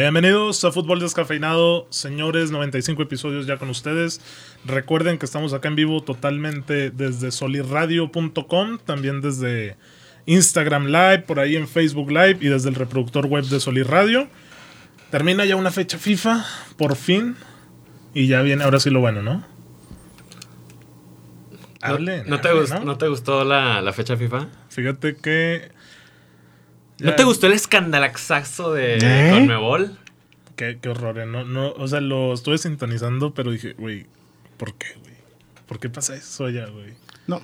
Bienvenidos a Fútbol Descafeinado, señores, 95 episodios ya con ustedes. Recuerden que estamos acá en vivo totalmente desde solirradio.com, también desde Instagram Live, por ahí en Facebook Live y desde el reproductor web de Solir Radio. Termina ya una fecha FIFA, por fin, y ya viene, ahora sí lo bueno, ¿no? No- Hablen, ¿No, te hablen, gust- ¿no? te gustó la, la fecha FIFA? Fíjate que... ¿No Ya- te gustó el escandalaxazo de ¿Eh? Conmebol? Qué, qué horror, eh. no, no, o sea, lo estuve sintonizando, pero dije, güey, ¿por qué, güey? ¿Por qué pasa eso allá, güey? No,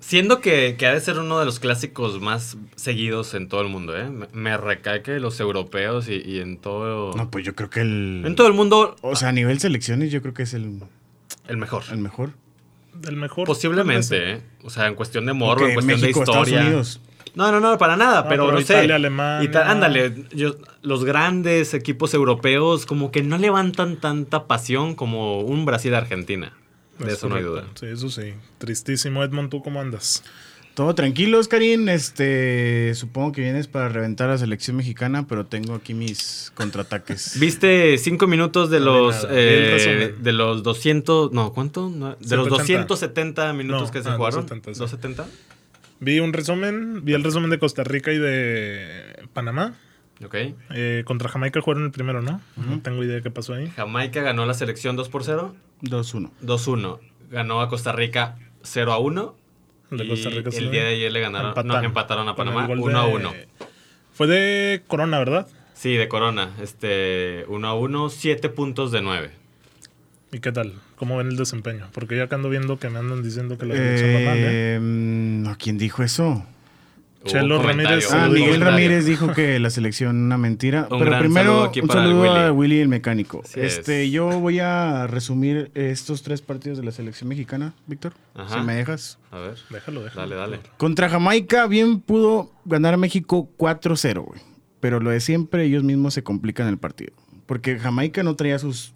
Siendo que, que ha de ser uno de los clásicos más seguidos en todo el mundo, ¿eh? Me, me recae que los europeos y, y en todo... no, pues yo creo que el. En todo el mundo, O sea, a nivel selecciones, yo creo que es el, el mejor. el mejor. El mejor. tal vez. Posiblemente, ¿eh? O sea, en cuestión de morbo, Porque en cuestión México, de historia. Estados Unidos. No, no, no, para nada, No, Ah, pero, Ah, pero no sé. Italia, Alemania. Ita- ándale, yo- los grandes equipos europeos como que no levantan tanta pasión como un Brasil-Argentina. De Es eso no hay correcto. duda. Sí, eso sí. Tristísimo, Edmond, ¿tú cómo andas? Todo tranquilo, Oscarín. Este, supongo que vienes para reventar a la selección mexicana, pero tengo aquí mis contraataques. Viste cinco minutos de No vi los nada. Vi el eh, resumen. de los 200, no, ¿cuánto? No, de los 180. 270 minutos No, que se ah, jugaron. 270, sí. 270. Vi un resumen, vi el resumen de Costa Rica y de Panamá. Ok. Eh, contra Jamaica jugaron el primero, ¿no? No tengo idea de qué pasó ahí. Jamaica ganó la selección 2 por 0, 2-1. 2-1. Ganó a Costa Rica 0 a 1. El de y Costa Rica, sí. el día de ayer le ganaron, no, empataron a Con el Panamá gol 1 a de- 1. Fue de Corona, ¿verdad? Sí, de Corona, este 1 a 1, 7 puntos de 9. ¿Y qué tal? ¿Cómo ven el desempeño? Porque ya acá ando viendo que me andan diciendo que la selección va mal, ¿eh? Eh, no, ¿quién dijo eso? Chelo Ramírez. Ah, Saludos, Miguel comentario. Ramírez dijo que la selección una mentira. Un pero gran primero, saludo aquí un para el saludo a Willy. Willy el mecánico. Así este, es. yo voy a resumir estos tres partidos de la selección mexicana, Víctor. Ajá. Si me dejas. A ver, Déjalo, déjalo. dale, dale. Contra Jamaica bien pudo ganar México 4-0, güey. Pero lo de siempre, ellos mismos se complican el partido. Porque Jamaica no traía sus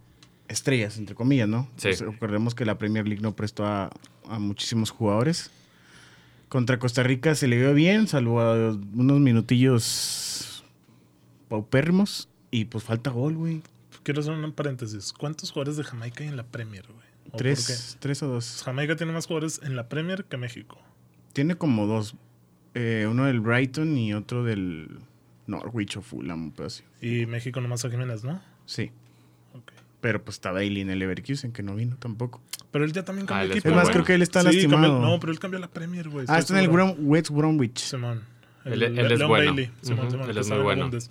estrellas, entre comillas, ¿no? Sí. Pues recordemos que la Premier League no prestó a, a muchísimos jugadores. Contra Costa Rica se le vio bien, salvo a unos minutillos paupérrimos. Y pues falta gol, güey. Quiero hacer un paréntesis. ¿Cuántos jugadores de Jamaica hay en la Premier, güey? ¿O por Tres, tres o qué? dos. Jamaica tiene más jugadores en la Premier que México. Tiene como dos. Eh, uno del Brighton y otro del Norwich o Fulham, pero así. Y México nomás a Jiménez, ¿no? Sí. Ok. Pero pues está Bailey en el Leverkusen, que no vino tampoco. Pero él ya también Ah, cambió él equipo. está es más, güey. creo que él está Sí, cambió- lastimado. no, pero él cambió a la Premier, güey. ah, Estoy está en el seguro. Brom- West Bromwich. Simón. Él- él es Leon bueno. Bailey. Simón, Ujú, Simón, él que es estaba muy en bueno. Bundes.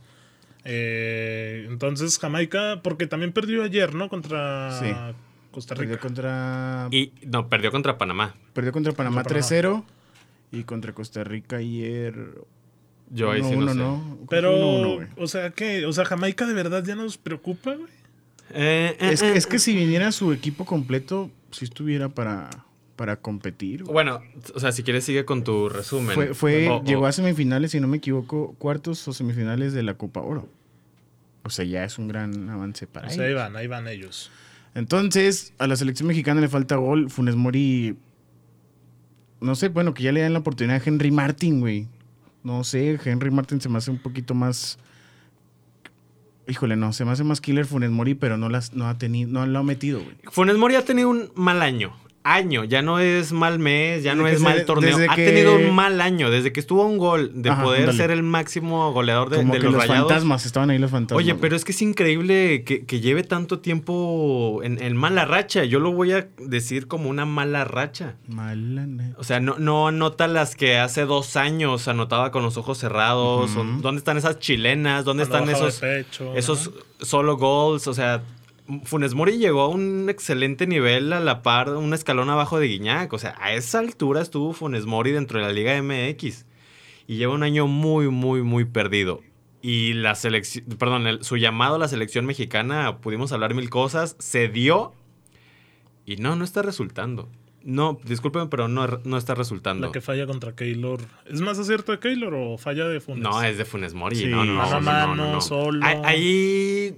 Eh, entonces, Jamaica, porque también perdió ayer, ¿no? Contra Sí. Costa Perdió Rica. contra, Y no, perdió contra Panamá. perdió contra Panamá Contra 3-0 y contra Costa Rica ayer. Yo ahí sí no, sé. Creo que Pero, 1-1, güey. o sea, ¿qué? O sea, Jamaica de verdad ya nos preocupa, güey. Eh, eh, Es, que- eh, es que si viniera su equipo completo, si estuviera para, para competir. güey. Bueno, o sea, si quieres sigue con tu resumen. fue, fue- O- o- llegó a semifinales, si no me equivoco, cuartos o semifinales de la Copa Oro. O sea, ya es un gran avance para O sea, Pues ahí ellos. van, ahí van ellos. Entonces, a la selección mexicana le falta gol. Funes Mori. No sé, bueno, que ya le dan la oportunidad a Henry Martin, güey. No sé, Henry Martin se me hace un poquito más. Híjole, no, se me hace más killer Funes Mori, pero no, las, no, ha tenido, no lo ha metido, güey. Funes Mori ha tenido un mal año. Año, ya no es mal mes, ya Desde no que es se- mal torneo. desde Ha que- tenido un mal año desde que estuvo a un gol de Ajá, poder ándale. ser el máximo goleador de, Como de que los, los rayados. fantasmas, estaban ahí los fantasmas. Oye, güey. pero es que es increíble que, que lleve tanto tiempo en, en mala racha. Yo lo voy a decir como una mala racha. Mala ne- O sea, no, no anota las que hace dos años anotaba con los ojos cerrados. o Ujú. ¿Dónde están esas chilenas? ¿Dónde Cuando están bajaba de esos, pecho, esos ¿no? solo goals? O sea, Funes Mori llegó a un excelente nivel a la par, un escalón abajo de Guiñac. O sea, a esa altura estuvo Funes Mori dentro de la Liga MX. Y lleva un año muy, muy, muy perdido. Y la selección, perdón, el- su llamado a la selección mexicana, pudimos hablar mil cosas, se dio y no, no está resultando. No, discúlpeme, pero no, no está resultando. La que falla contra Keylor. ¿Es más acierto de Keylor o falla de Funes? No, es de Funes Mori. Sí. No, no, a no, no, no, Mano no, mano, no. solo. Ah, Ahí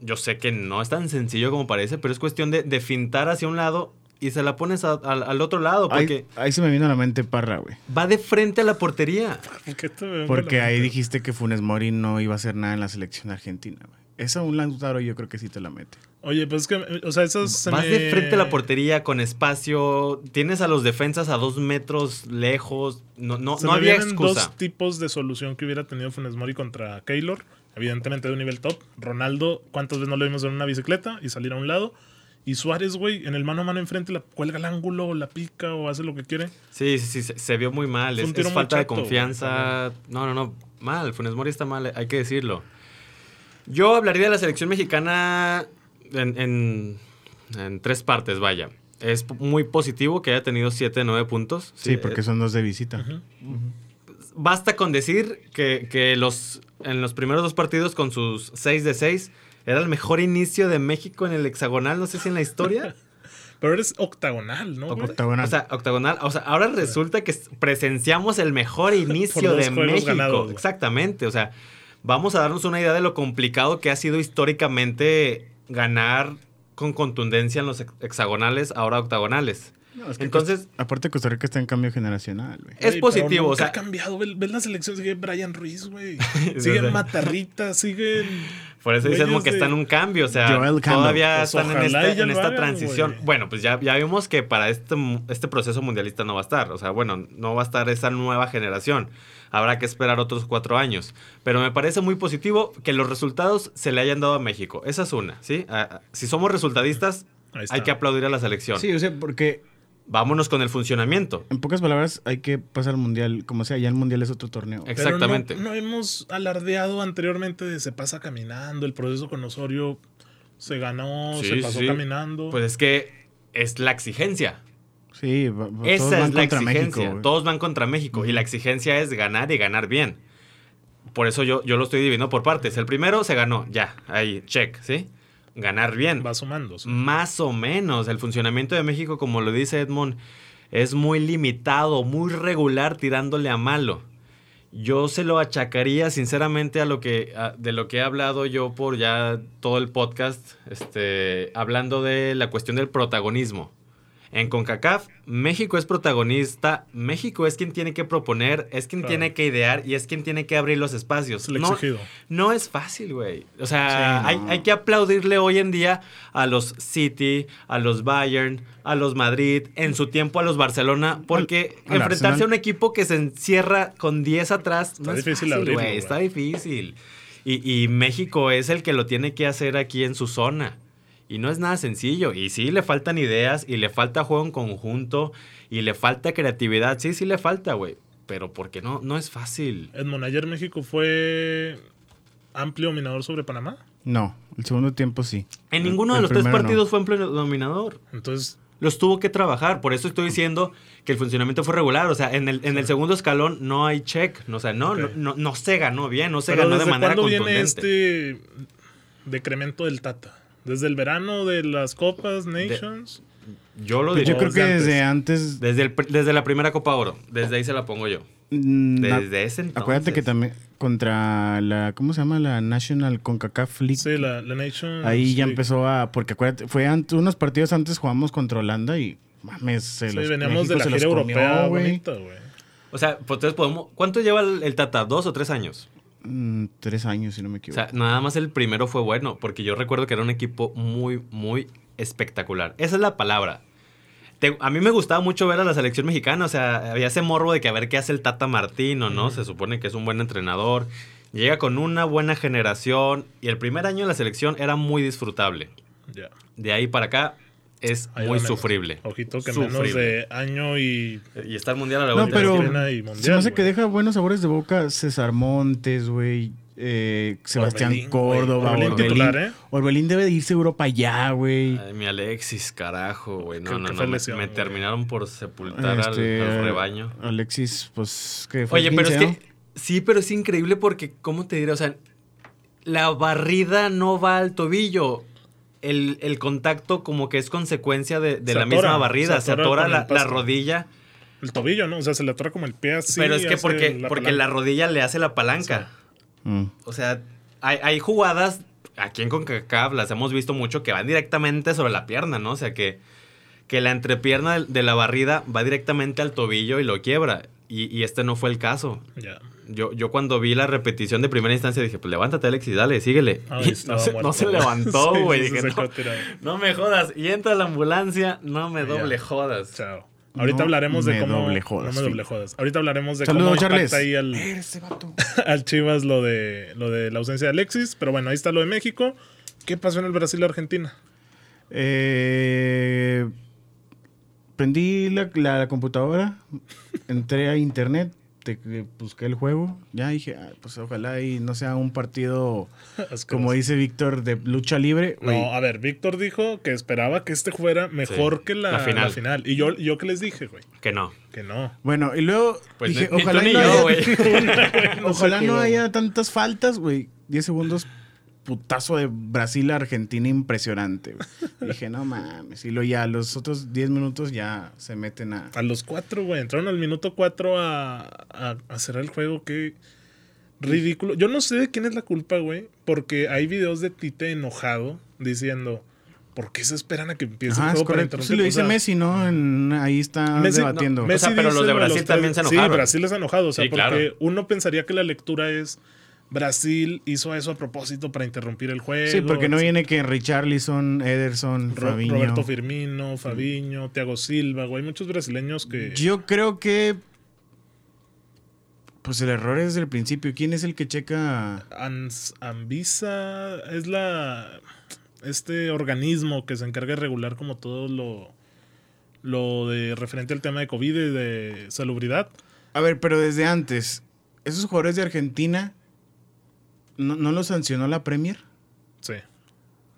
yo sé que no es tan sencillo como parece, pero es cuestión de, de fintar hacia un lado y se la pones a- al- al otro lado porque Ahí, ahí se me vino a la mente Parra, güey. va de frente a la portería. ¿Por qué te veo Porque la ahí mente? dijiste que Funes Mori no iba a hacer nada en la selección argentina, güey. Esa un Lautaro yo creo que sí te la mete. Oye, pues es que, o sea, esas. se Vas de me- frente a la portería con espacio, tienes a los defensas a dos metros lejos, no, no, se no me había vienen excusa. dos tipos de solución que hubiera tenido Funes Mori contra Keylor. Evidentemente de un nivel top. Ronaldo, ¿cuántas veces no lo vimos en una bicicleta y salir a un lado? Y Suárez, güey, en el mano a mano enfrente, la cuelga al ángulo, o la pica o hace lo que quiere. Sí, sí, sí, se, se vio muy mal. Fue Es, un tiro es muy falta de chato, güey, confianza. No, no, no. Mal. Funes Mori está mal, hay que decirlo. Yo hablaría de la selección mexicana en, en- en tres partes, vaya. Es p- muy positivo que haya tenido 7 de 9 puntos. Sí, porque eh, son dos de visita. Ujú. Basta con decir que, que los, en los primeros dos partidos con sus 6 de 6 era el mejor inicio de México en el hexagonal, no sé si en la historia. Pero eres octagonal, ¿no? güey? Octagonal. O sea, octagonal. O sea, ahora resulta que presenciamos el mejor inicio Por dos de juegos México. ganados, güey. Exactamente. O sea, vamos a darnos una idea de lo complicado que ha sido históricamente ganar con contundencia en los hex- hexagonales, ahora octagonales. No, es que Entonces- Costa- aparte Costa Rica está en cambio generacional, güey. Es Güey, pero positivo, nunca o sea- ha cambiado. Ves, ves las elecciones, sigue Brian Ruiz, güey. Siguen verdad. Matarrita, siguen. Por eso dices Güeyes como que de- está en un cambio. O sea, Joel Campbell. todavía Pues están en ojalá esta, y ya en lo esta hagan, transición. güey. Bueno, pues ya, ya vimos que para este, mu- este proceso mundialista no va a estar. O sea, bueno, no va a estar esa nueva generación. Habrá que esperar otros cuatro años. Pero me parece muy positivo que los resultados se le hayan dado a México. Esa es una, ¿sí? Ah, ah, si somos resultadistas, Ahí está. hay que aplaudir a la selección. Sí, o sea, porque Vámonos con el funcionamiento. en pocas palabras hay que pasar al mundial, como sea, ya el mundial es otro torneo. Ex- Pero no- Exactamente. no, hemos alardeado anteriormente de se pasa caminando, el proceso con Osorio se ganó, Sí, se pasó sí. caminando. Pues es que es la exigencia. Sí, va- va- Pues todos Esa van es la contra exigencia. México. güey. todos van contra México. Y la exigencia es ganar y ganar bien. Por eso yo, yo lo estoy dividiendo por partes. El primero se ganó, ya, ahí, check, ¿sí? Ganar bien. va sumando. sí. Más o menos. El funcionamiento de México, como lo dice Edmond, es muy limitado, muy regular, tirándole a malo. Yo se lo achacaría sinceramente a lo que a- de lo que he hablado yo por ya todo el podcast, este, hablando de la cuestión del protagonismo. En CONCACAF, México es protagonista, México es quien tiene que proponer, es quien Claro. tiene que idear y es quien tiene que abrir los espacios. Es el No- exigido. no es fácil, güey. O Sí, sea, no. hay, hay que aplaudirle hoy en día a los City, a los Bayern, a los Madrid, en su tiempo a los Barcelona, porque al enfrentarse Arsenal. a un equipo que se encierra con 10 atrás no es difícil fácil, abrirlo, güey. güey. Está difícil. Y, y México es el que lo tiene que hacer aquí en su zona. Y no es nada sencillo. Y sí, le faltan ideas y le falta juego en conjunto y le falta creatividad. Sí, sí le falta, güey. Pero porque no, no es fácil. Edmond, ayer México fue amplio dominador sobre Panamá. No, el segundo tiempo sí. En El- ninguno de el los tres primero no. partidos fue amplio dominador. Entonces, Los tuvo que trabajar. Por eso estoy diciendo que el funcionamiento fue regular. O sea, en el, en el segundo escalón no hay check. O sea, no, Ok. no, no, no se ganó bien, no se pero ganó de ¿desde manera cuándo contundente. viene este decremento del Tata? ¿Desde el verano de las Copas Nations? Yo lo Pues digo. yo creo que desde desde antes. Desde, el pr- desde la primera Copa Oro. Desde ahí se la pongo yo. mm, na- Desde ese entonces. acuérdate que también contra la. ¿Cómo se llama? La National CONCACAF League. Sí, la, la Nations. Ahí ya League. empezó a. Porque acuérdate, fue ant- unos partidos antes jugamos contra Holanda y. Mames, se Sí, los- veníamos México de la se los gira comió, europea güey. bonita, güey. O sea, pues entonces podemos. ¿Cuánto lleva el, el Tata? ¿Dos o tres años? Mm, tres años, si no me O equivoco. sea, nada más el primero fue bueno, porque yo recuerdo que era un equipo muy, muy espectacular. Esa es la palabra. Te- a mí me gustaba mucho ver a la selección mexicana, o sea, había ese morbo de que a ver qué hace el Tata Martino, ¿no? Se supone que es un buen entrenador, llega con una buena generación y el primer año de la selección era muy disfrutable. Ya. De ahí para acá es Ahí va muy menos. sufrible. Ojito que menos Sufrible. de año y Y está el Mundial a la No, vuelta de la pero- esquina. Argentina y Se me Mundial, hace que güey. deja buenos sabores de boca César Montes, güey. eh, Sebastián Orbelín, güey. Córdoba, Orbelín Orbelín. titular, ¿eh? Orbelín debe de irse a Europa ya, güey. Ay, mi Alexis, carajo, güey. No, Creo no, que no. fue Me, lesión, me güey. terminaron por sepultar al- Este, al rebaño. Alexis, pues que fue Oye, pero es esguince, que. Sí, pero es increíble porque, ¿cómo te diré? O sea, la barrida no va al tobillo. El, el contacto, como que es consecuencia de, de Se la atora, misma barrida. se Se atora atora, con el la, la pasto. rodilla. El tobillo, ¿no? O sea, se le atora como el pie así. pero es que hace porque la, porque la palanca. rodilla le hace la palanca. ¿no? Mm. O sea, hay, hay jugadas aquí en CONCACAF, las hemos visto mucho, que van directamente sobre la pierna, ¿no? O sea, que, que la entrepierna del- de la barrida va directamente al tobillo y lo quiebra. Y, y este no fue el caso. Ya. Yo, yo cuando vi la repetición de primera instancia dije, pues levántate Alexis, dale, síguele. Ah, Y estaba no, se, no muerto, se güey. levantó, Sí, güey. sí, Dije, se quedó no, tirado. no me jodas. Y entra la ambulancia, no me Ya. doble jodas. Chao. Ahorita No hablaremos de me cómo. doble jodas, no me doble Phil. jodas. Ahorita hablaremos de Saludos, cómo impacta Charles. ahí al, Ese vato. al Chivas lo de, lo de la ausencia de Alexis. Pero bueno, ahí está lo de México. ¿Qué pasó en el Brasil-Argentina? Eh, prendí la, la computadora, entré a internet, te- busqué el juego. Ya dije, ah, pues ojalá y no sea un partido, como dice Víctor, de lucha libre. Güey, No, a ver, Víctor dijo que esperaba que este fuera mejor Sí, que la, la la final. final. Y yo, yo que les dije, güey, Que no. que no. Bueno, y luego Pues dije, ni- ni tú ojalá, ni y no yo, haya- güey. ojalá sé, no pero- haya tantas faltas, güey. 10 segundos, putazo de Brasil a Argentina impresionante. güey. Dije, no mames. Y lo ya, los otros 10 minutos ya se meten a... A los cuatro, güey. Entraron al minuto cuatro a, a, a cerrar el juego. Qué ridículo. Yo no sé de quién es la culpa, güey. Porque hay videos de Tite enojado diciendo, ¿por qué se esperan a que empiece Ajá, el Ah, es juego para correcto. interrumpir? Sí, lo O dice sea, Messi, ¿no? En- ahí está Messi- Ah, debatiendo. Messi O sea, pero dice los de lo Brasil tres- también se enojaron. Sí, Brasil es enojado. O sea, Sí, porque claro. uno pensaría que la lectura es Brasil hizo eso a propósito para interrumpir el juego. Sí, porque no viene que Richarlison, Ederson, eh, Ro- Fabinho. Roberto Firmino, Fabiño, Thiago Silva, güey. Hay muchos brasileños que. Yo creo que... Pues el error es desde el principio. ¿Quién es el que checa...? Ans- Anvisa es la este organismo que se encarga de regular como todo lo lo de referente al tema de COVID y de salubridad. A ver, pero desde antes, esos jugadores de Argentina no, no los sancionó la Premier. Sí.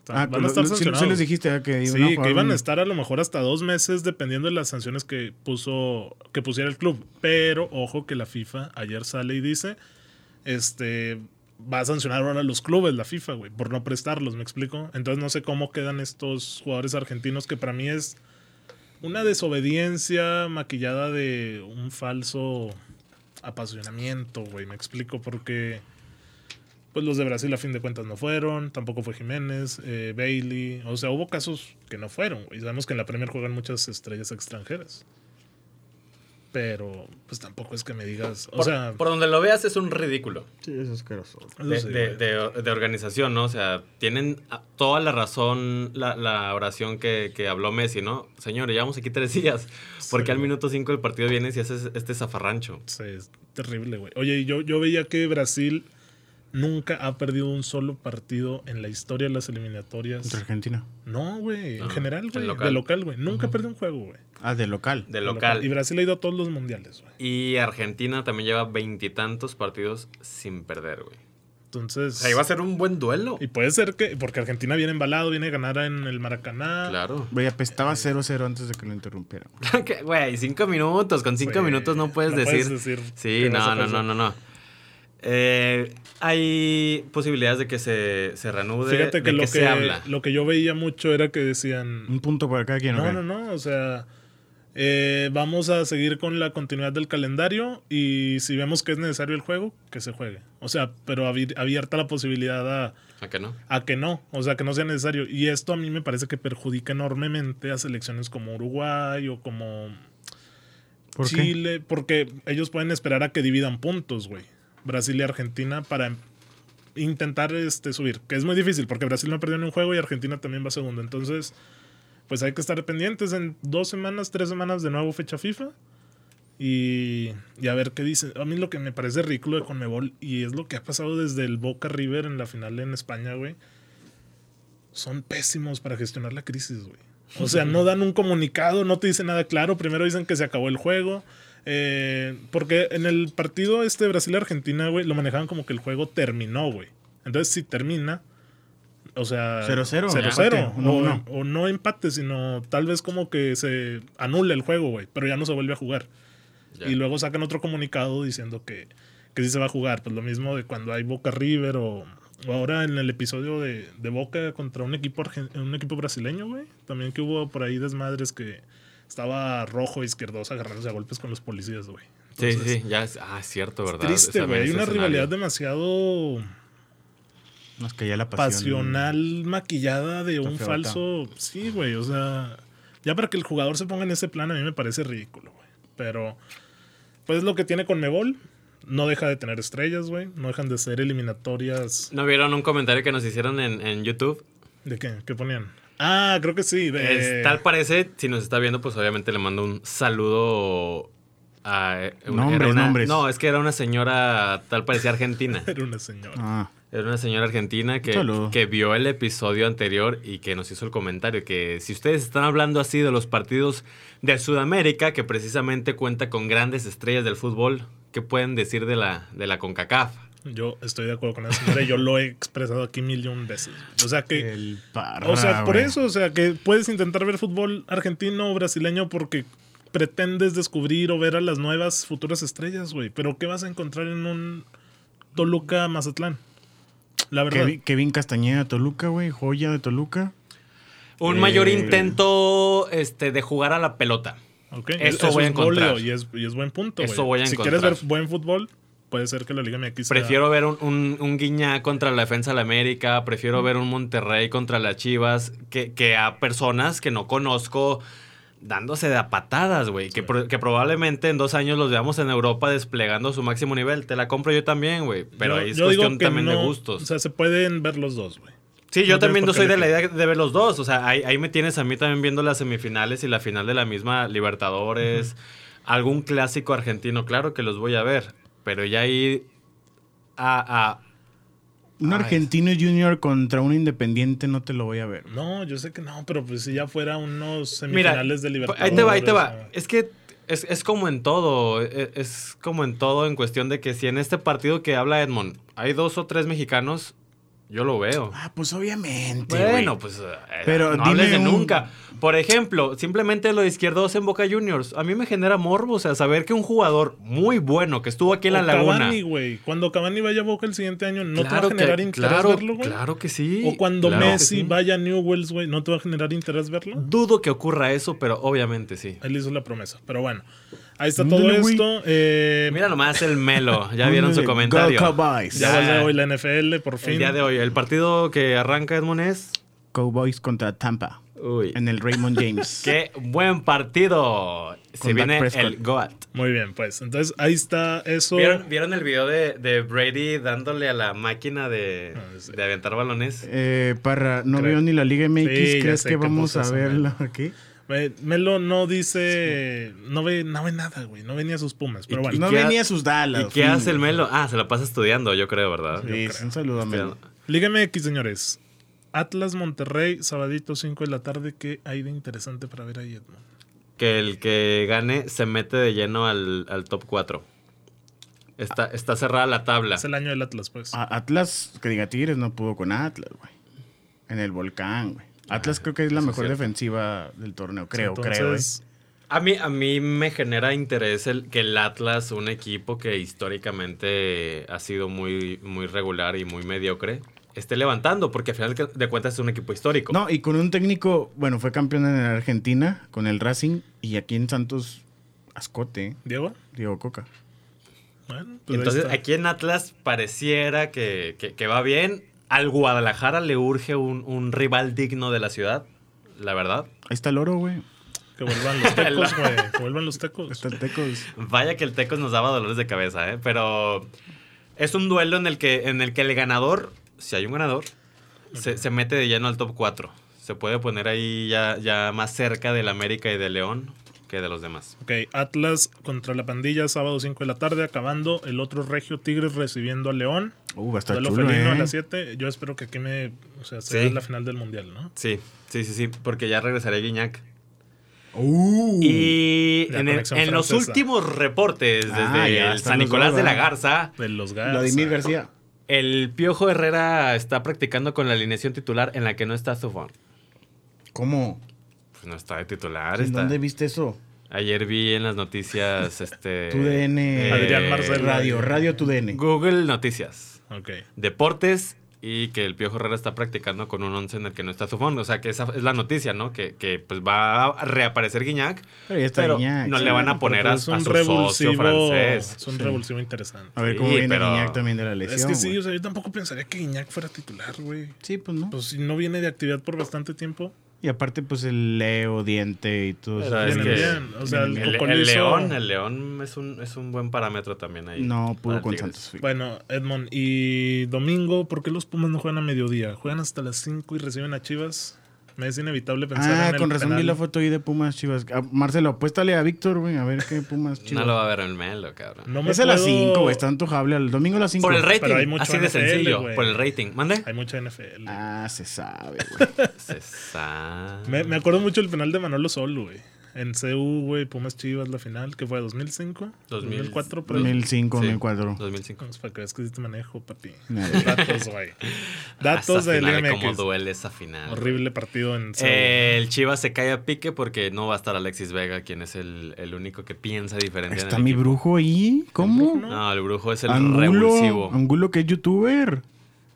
Ah, Van a lo- estar lo- sí- sí, sancionados. les dijiste ¿verdad? que iban a Sí, jugar que iban un- a estar a lo mejor hasta dos meses dependiendo de las sanciones que puso que pusiera el club. Pero ojo que la FIFA ayer sale y dice, este, va a sancionar ahora a los clubes la FIFA, güey, por no prestarlos, ¿me explico? Entonces no sé cómo quedan estos jugadores argentinos que para mí es una desobediencia maquillada de un falso apasionamiento, güey, me explico porque pues los de Brasil a fin de cuentas no fueron, tampoco fue Jiménez, eh, Bailey, o sea, hubo casos que no fueron, güey. Sabemos que en la Premier juegan muchas estrellas extranjeras. Pero pues tampoco es que me digas, o Por- sea, por donde lo veas es un ridículo. Sí, es asqueroso. eso de, sí, de- güey. de- de organización, ¿no? O sea, tienen a- toda la razón la, la oración que, que habló Messi, ¿no? Señores, llevamos aquí tres días. porque Sí, al güey. minuto cinco del partido vienes y haces este zafarrancho? Sí, es terrible, güey. Oye, y yo, yo veía que Brasil nunca ha perdido un solo partido en la historia de las Contra eliminatorias. Argentina. No, güey. En No, general, del güey. local. De local, güey. Nunca perdió un juego, güey. Ah, de local. De De local. Y Brasil ha ido a todos los mundiales, güey. Y Argentina también lleva veintitantos partidos sin perder, güey. O Entonces. sea, iba a ser un buen duelo. Y puede ser que. Porque Argentina viene embalado, viene a ganar en el Maracaná. Claro. Güey, apestaba 0-0 antes de que lo interrumpiera. Que, Güey, cinco minutos. Con cinco Güey, minutos no puedes decir. Sí, que no, vas a no, no, pasar. no, no. Eh, hay posibilidades de que se, se reanude, Fíjate que, de lo, que que se habla. lo que yo veía mucho era que decían. Un punto para cada quien, Mm. No, no, no, o sea, eh, vamos a seguir con la continuidad del calendario y si vemos que es necesario el juego, que se juegue. O sea, pero abier- abierta la posibilidad a, ¿A que no? a que no, o sea, que no sea necesario. Y esto a mí me parece que perjudica enormemente a selecciones como Uruguay o como ¿Por qué? Chile, porque ellos pueden esperar a que dividan puntos, güey. Brasil y Argentina para em- intentar este, subir, que es muy difícil, porque Brasil no perdió ni un juego y Argentina también va segundo. Entonces, pues hay que estar pendientes en dos semanas, tres semanas de nuevo fecha FIFA. Y, y a ver qué dicen. A mí lo que me parece ridículo de Conmebol, y es lo que ha pasado desde el Boca River en la final en España, güey. Son pésimos para gestionar la crisis, güey. O sea, no dan un comunicado, no te dicen nada claro. Primero dicen que se acabó el juego. eh, porque en el partido este Brasil-Argentina, güey, lo manejaban como que el juego terminó, güey. Entonces, si termina, o sea... 0-0. 0-0, empate, O, 1-1. o no empate, sino tal vez como que se anula el juego, güey. Pero ya no se vuelve a jugar. Ya. Y luego sacan otro comunicado diciendo que, que sí se va a jugar. Pues lo mismo de cuando hay Boca River o, o ahora en el episodio de, de Boca contra un equipo, argen- un equipo brasileño, güey. También que hubo por ahí desmadres que estaba rojo e izquierdoso agarrándose a golpes con los policías, güey. Sí, Entonces, sí, sí, ya es, ah, es cierto, ¿verdad? Triste, Esa- güey. Hay ese una escenario. rivalidad demasiado Nos caía la pasión. pasional maquillada de Está un feota. falso. Sí, güey. O sea, Ya para que el jugador se ponga en ese plan, a mí me parece ridículo, güey. Pero, pues es lo que tiene con Mebol. No deja de tener estrellas, güey. No dejan de ser eliminatorias. ¿No vieron un comentario que nos hicieron en, en YouTube? ¿De qué? ¿Qué ponían? Ah, creo que sí. de- Es- tal parece, si nos está viendo, pues obviamente le mando un saludo a... eh, una- Nombres, era una- nombres. No, es que era una señora, tal parecía argentina. Era una señora. Ah, Era una señora argentina que, Saludo. que vio el episodio anterior y que nos hizo el comentario que si ustedes están hablando así de los partidos de Sudamérica, que precisamente cuenta con grandes estrellas del fútbol, ¿qué pueden decir de la, de la CONCACAF? Yo estoy de acuerdo con esa señora. y Yo lo he expresado aquí mil y un veces. güey. O sea que. el parra, O sea, por güey. eso, o sea, que puedes intentar ver fútbol argentino o brasileño porque pretendes descubrir o ver a las nuevas futuras estrellas, güey. Pero ¿qué vas a encontrar en un Toluca Mazatlán? La verdad. Kevin, Kevin Castañeda de Toluca, güey. Joya de Toluca. Un Eh, mayor intento este, de jugar a la pelota. Ok, Eso voy a es goleo encontrar. Y es, y es buen punto. Eso güey. voy a si encontrar. quieres ver buen fútbol, puede ser que la Liga MX. sea- Prefiero ver un, un, un Guiñá contra la defensa de la América, prefiero ver un Monterrey contra las Chivas, que, que a personas que no conozco dándose de a patadas, güey. Que, pro- que probablemente en dos años los veamos en Europa desplegando su máximo nivel. Te la compro yo también, güey. Pero Yo- ahí es yo digo cuestión que también no- de gustos. O sea, se pueden ver los dos, güey. sí, yo no tienes también por no qué soy de la idea elegir. de ver los dos. O sea, ahí, ahí me tienes a mí también viendo las semifinales y la final de la misma Libertadores. Algún clásico argentino, claro que los voy a ver. Pero ya ahí a- a, Ah, Un Ay. argentino junior contra un independiente no te lo voy a ver. No, yo sé que no, pero pues si ya fuera unos Mira, semifinales de Libertadores. ahí te va, ahí te o va. sea, Es que es, es como en todo, e- es como en todo en cuestión de que si en este partido que habla Edmond hay dos o tres mexicanos, yo lo veo. Ah, pues obviamente. Bueno, güey. pues eh, Pero no hables de dime un- nunca. Por ejemplo, simplemente lo de izquierdos en Boca Juniors. A mí me genera morbo, o sea, saber que un jugador muy bueno que estuvo aquí en la o laguna. Cavani, güey. Cuando Cavani vaya a Boca el siguiente año, ¿no te va a que- generar interés claro, verlo, güey? claro que sí. O cuando claro que Messi sí. vaya a Newells, güey, ¿no te va a generar interés verlo? Dudo que ocurra eso, pero obviamente sí. Él hizo la promesa. Pero bueno, ahí está Ándale, todo güey. esto. Eh, Mira nomás el Melo, ya vieron su Ándale, comentario. Go Cowboys. ya ya. volvió hoy la NFL, por fin. El día de hoy, el partido que arranca Edmond es. Cowboys contra Tampa. Uy. En el Raymond James. ¡Qué buen partido! Con Se Dak viene Prescott. el GOAT. Muy bien, pues. Entonces, ahí está eso. ¿Vieron, vieron el video de, de Brady dándole a la máquina de, Ah, sí. de aventar balones? Eh, Parra, no Creo. veo ni la Liga MX. Sí, ya ¿Crees sé que que vamos puso a esa verla aquí? Eh, Melo no dice. No ve, no ve nada, güey. No venía sus pumas. Pero Y- bueno. y No qué ha- venía sus Dallas. ¿Y qué hace el Melo? Ah, se la pasa estudiando, yo creo, ¿verdad? Sí, Yo creo. un saludo a Melo. Estudiando. Lígame X, señores. Atlas Monterrey, sabadito 5 de la tarde. ¿Qué hay de interesante para ver ahí, Edmond? Que el que gane se mete de lleno al, al top 4. Está, está cerrada la tabla. Es el año del Atlas, pues. A- Atlas, que diga Tigres, no pudo con Atlas, güey. En el volcán, güey. Atlas Ah, creo que es la eso es mejor cierto. defensiva del torneo, creo, creo. eh. Entonces, A mí, a mí me genera interés el que el Atlas, un equipo que históricamente ha sido muy, muy regular y muy mediocre, esté levantando, porque al final de cuentas es un equipo histórico. No, y con un técnico, bueno, fue campeón en Argentina con el Racing y aquí en Santos, Ascote, eh, Diego. Diego Coca. Bueno, pues ahí Entonces, está. aquí en Atlas pareciera que, que- que va bien. Al Guadalajara le urge un, un rival digno de la ciudad, la verdad. Ahí está el oro, güey. Que vuelvan los tecos, güey. Que vuelvan los Ahí tecos. está el Tecos. Vaya que el Tecos nos daba dolores de cabeza, ¿eh? Pero es un duelo en el que, en el, que el ganador, si hay un ganador, se, se mete de lleno al top 4. Se puede poner ahí ya, ya más cerca del América y de León que de los demás. Ok, Atlas contra la pandilla, sábado 5 de la tarde, acabando. El otro Regio Tigres recibiendo a León. Uh, va a estar Duelo chulo, felino a eh. las 7. Yo espero que aquí me. O sea, Sí. sea la final del mundial, ¿no? Sí, sí, sí, sí, porque ya regresaría Guiñac. Uh. Y La en, el- conexión en los francesa. últimos reportes desde Ah, ya el están San los Nicolás dos, de la ¿verdad? Garza, De los Ah, Garza. Vladimir García. el Piojo Herrera está practicando con la alineación titular en la que no está Zufón. ¿Cómo? Pues no está de titular. ¿En está... dónde viste eso? Ayer vi en las noticias, este... Tu DN. Adrián Marcelo. Radio, Radio tu DN. Google Noticias. Ok. Deportes y que el Piojo Herrera está practicando con un once en el que no está su fondo. O sea, que esa es la noticia, ¿no? Que, que, pues va a reaparecer Guiñac, Pero ya está pero no Guiñac, sí. pues le van a poner a, a Es un su socio revulsivo. francés. Es un Sí. revulsivo interesante. A ver Sí, cómo viene pero- Guiñac también de la lesión. es que sí, güey. o sea, yo tampoco pensaría que Guiñac fuera titular, güey. Sí, pues no. Pues si no viene de actividad por bastante tiempo. Y aparte, pues el Leo, Diente y todo Pero es Viene que- bien. O sea, el, El, Cocolizo- el León, el León es un, es un buen parámetro también ahí. No para pudo con Tigres. Santos. Fi. Bueno, Edmond, y domingo, ¿por qué los Pumas no juegan a mediodía? Juegan hasta las 5 y reciben a Chivas. Me es inevitable pensar en ah, el con razón vi penal. la foto ahí de Pumas Chivas. Ah, Marcelo, apuéstale a Víctor, güey, a ver qué Pumas No Chivas. lo va a ver el Melo, cabrón. No me es a las puedo- 5, güey, está antojable. El domingo a las 5. Por el Pero hay rating, mucho así de NFL, sencillo. güey. Por el rating. ¿Mande? Hay mucha NFL. Ah, se sabe, güey. Se sabe. Me, me acuerdo mucho del penal de Manolo Sol, güey. En CU, güey, Pumas Chivas, la final, que fue 2005, 2000, 2004, pero... 2005, Sí. 2004. 2005. Pues, para que veas que sí te manejo, papi. No, güey. Datos, güey. Datos Esa de final, Liga Cómo MX. duele esa final. Horrible partido en CU. Eh, el Chivas se cae a pique porque no va a estar Alexis Vega, quien es el, el único que piensa diferente. en Está el mi equipo. brujo ahí. ¿Cómo? brujo, No, el brujo es el Angulo, revulsivo. Angulo que es youtuber.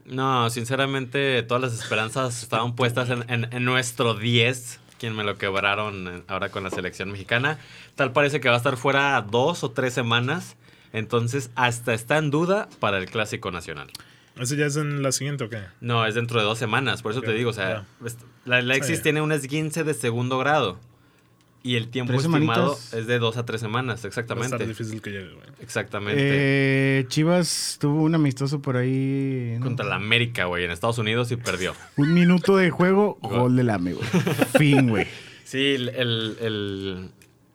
No, sinceramente, todas las esperanzas estaban puestas en, en- en nuestro 10, quien me lo quebraron eh, ahora con la selección mexicana. Tal parece que va a estar fuera dos o tres semanas. Entonces, hasta está en duda para el Clásico Nacional. ¿Ese ya es en la siguiente o qué? No, es dentro de dos semanas, por eso Ok, te digo, o sea, est- la Alexis Sí. tiene un esguince de segundo grado. Y el tiempo Tres estimado semanitas. es de dos a tres semanas, Va a estar exactamente. difícil que llegue, güey. Exactamente. Eh, Chivas tuvo un amistoso por ahí. ¿no? Contra la América, güey, en Estados Unidos y perdió. Un minuto de juego, Gol. gol del amigo. Fin, güey. Sí, el, el, el-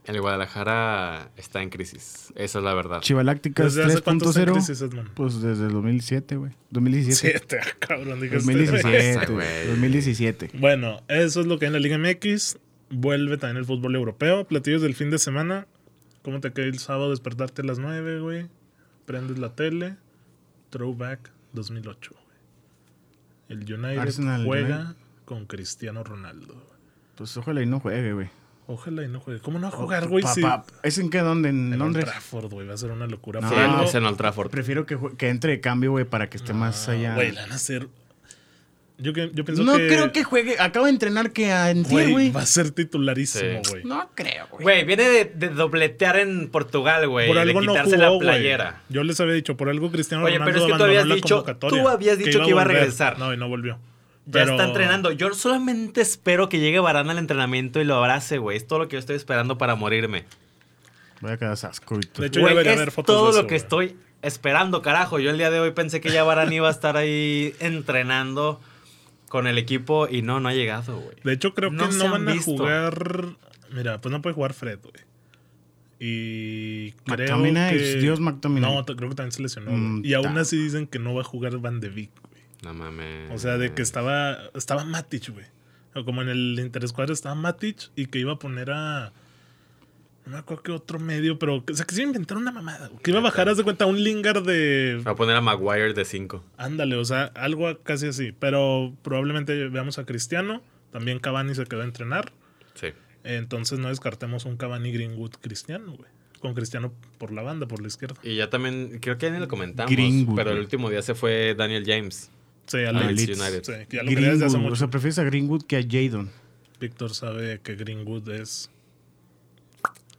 el Guadalajara está en crisis. Esa es la verdad. Chivalácticas ¿Desde hace cuánto está en crisis, 3.0. Edmond? Pues desde el 2007, güey. 2017. Siete, ah, cabrón. dije, este, güey. 2017, Esa, güey. güey. 2017. Bueno, eso es lo que hay en la Liga MX. Vuelve también el fútbol europeo. Platillos del fin de semana. ¿Cómo te cae el sábado despertarte a las 9, güey? Prendes la tele. Throwback 2008, güey. El United Arsenal, juega United. con Cristiano Ronaldo. güey. Pues ojalá y no juegue, güey. Ojalá y no juegue. ¿Cómo no va a jugar, güey? Oh, Pa- Si pa- ¿Es en qué? ¿Dónde? ¿En, en Old Londres? Trafford, güey. Va a ser una locura. No, Sí, Fue algo- es en Old Trafford. Prefiero que, jue- que entre de cambio, güey, para que esté más allá. Ah, Güey, la van a hacer... Yo, que- yo pienso no que... creo que juegue. Acabo de entrenar que a Antier, Güey, güey. va a ser titularísimo, Sí. güey. No creo, güey. Güey, viene de, de dobletear en Portugal, güey. por algo de no quitarse jugó, la güey. playera. Yo les había dicho, por algo Cristiano Oye, Ronaldo pero es que tú habías abandonó la dicho- convocatoria, tú habías dicho que iba a volver. regresar. No, y no volvió. Ya Pero- está entrenando. Yo solamente espero que llegue Barán al entrenamiento y lo abrace, güey. Es todo lo que yo estoy esperando para morirme. Voy a quedar asco. y tú. De hecho, ya Güey, debería es haber fotos todo de eso, lo que güey. estoy esperando, carajo. Yo el día de hoy pensé que ya Barán iba a estar ahí entrenando con el equipo y no, no ha llegado, güey. De hecho, creo No que se no han van a visto. jugar. Mira, pues no puede jugar Fred, güey. Y creo McTominay, que... Dios, McTominay. No, t- creo que también se lesionó. Mm, güey. y aún ta. así dicen que no va a jugar Van de Beek, güey. No mames. O sea, de que estaba estaba Matic, güey. O Como en el interescuadro estaba Matic y que iba a poner a. No me acuerdo qué otro medio, pero. O sea, que se iba a inventar una mamada. güey. Que iba a bajar, haz de cuenta, un Lingard de. Va a poner a Maguire de 5. Ándale, o sea, algo casi así. Pero probablemente veamos a Cristiano. También Cavani se quedó a entrenar. Sí. Entonces no descartemos un Cavani Greenwood Cristiano, güey. Con Cristiano por la banda, por la izquierda. Y ya también, creo que ya ni lo comentamos, Greenwood, pero el güey. último día se fue Daniel James. Sí, a al Leeds. Leeds. United. Sí, que ya lo quería desde hace Greenwood. mucho. O sea, prefieres a Greenwood que a Jadon. Víctor sabe que Greenwood es.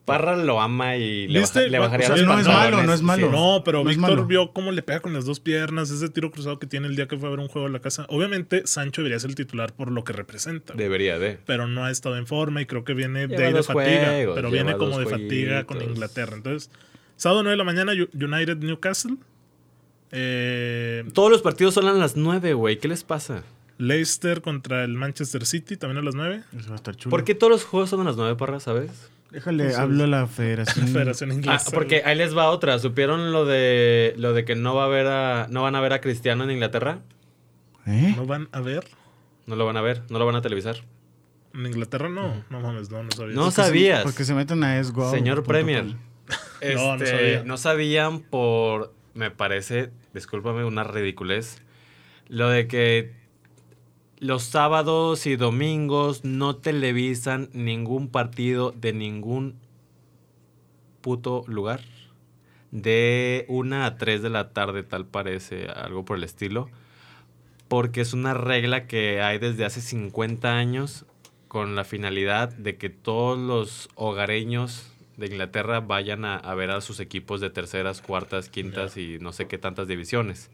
Parra lo ama y le, ¿Viste? baja- le Va- bajaría o sea, los no es malo, pantalones. no es malo. Sí. No, pero No es Víctor malo. vio cómo le pega con las dos piernas, ese tiro cruzado que tiene el día que fue a ver un juego a la casa. Obviamente, Sancho debería ser el titular por lo que representa, güey, Debería de. pero no ha estado en forma y creo que viene de, Lleva ahí de dos fatiga, juegos, pero lleva viene como de dos fatiga con jueguitos. Inglaterra. Entonces, sábado 9 de la mañana, Yu- United Newcastle, eh, Todos los partidos son a las 9, güey. ¿Qué les pasa? Leicester contra el Manchester City, también a las 9. Eso va a estar chulo. ¿Por qué todos los juegos son a las 9, Parra, sabes? Déjale, Eso es- hablo a la federación. Federación Ah, Inglesa. porque ahí les va otra. ¿Supieron lo de lo de que no va a haber a, no van a ver a Cristiano en Inglaterra? ¿Eh? ¿No van a ver? No lo van a ver, no lo van a televisar. En Inglaterra no, no mames, no, no sabía. No eso. Porque se- sabías. Porque se meten a esgo. Señor Premier. Este, No, no, no sabía. sabían por, me parece, discúlpame, una ridiculez, lo de que los sábados y domingos no televisan ningún partido de ningún puto lugar. De una a 3 de la tarde, tal parece, algo por el estilo. Porque es una regla que hay desde hace 50 años con la finalidad de que todos los hogareños de Inglaterra vayan a, a ver a sus equipos de terceras, cuartas, quintas y no sé qué tantas divisiones.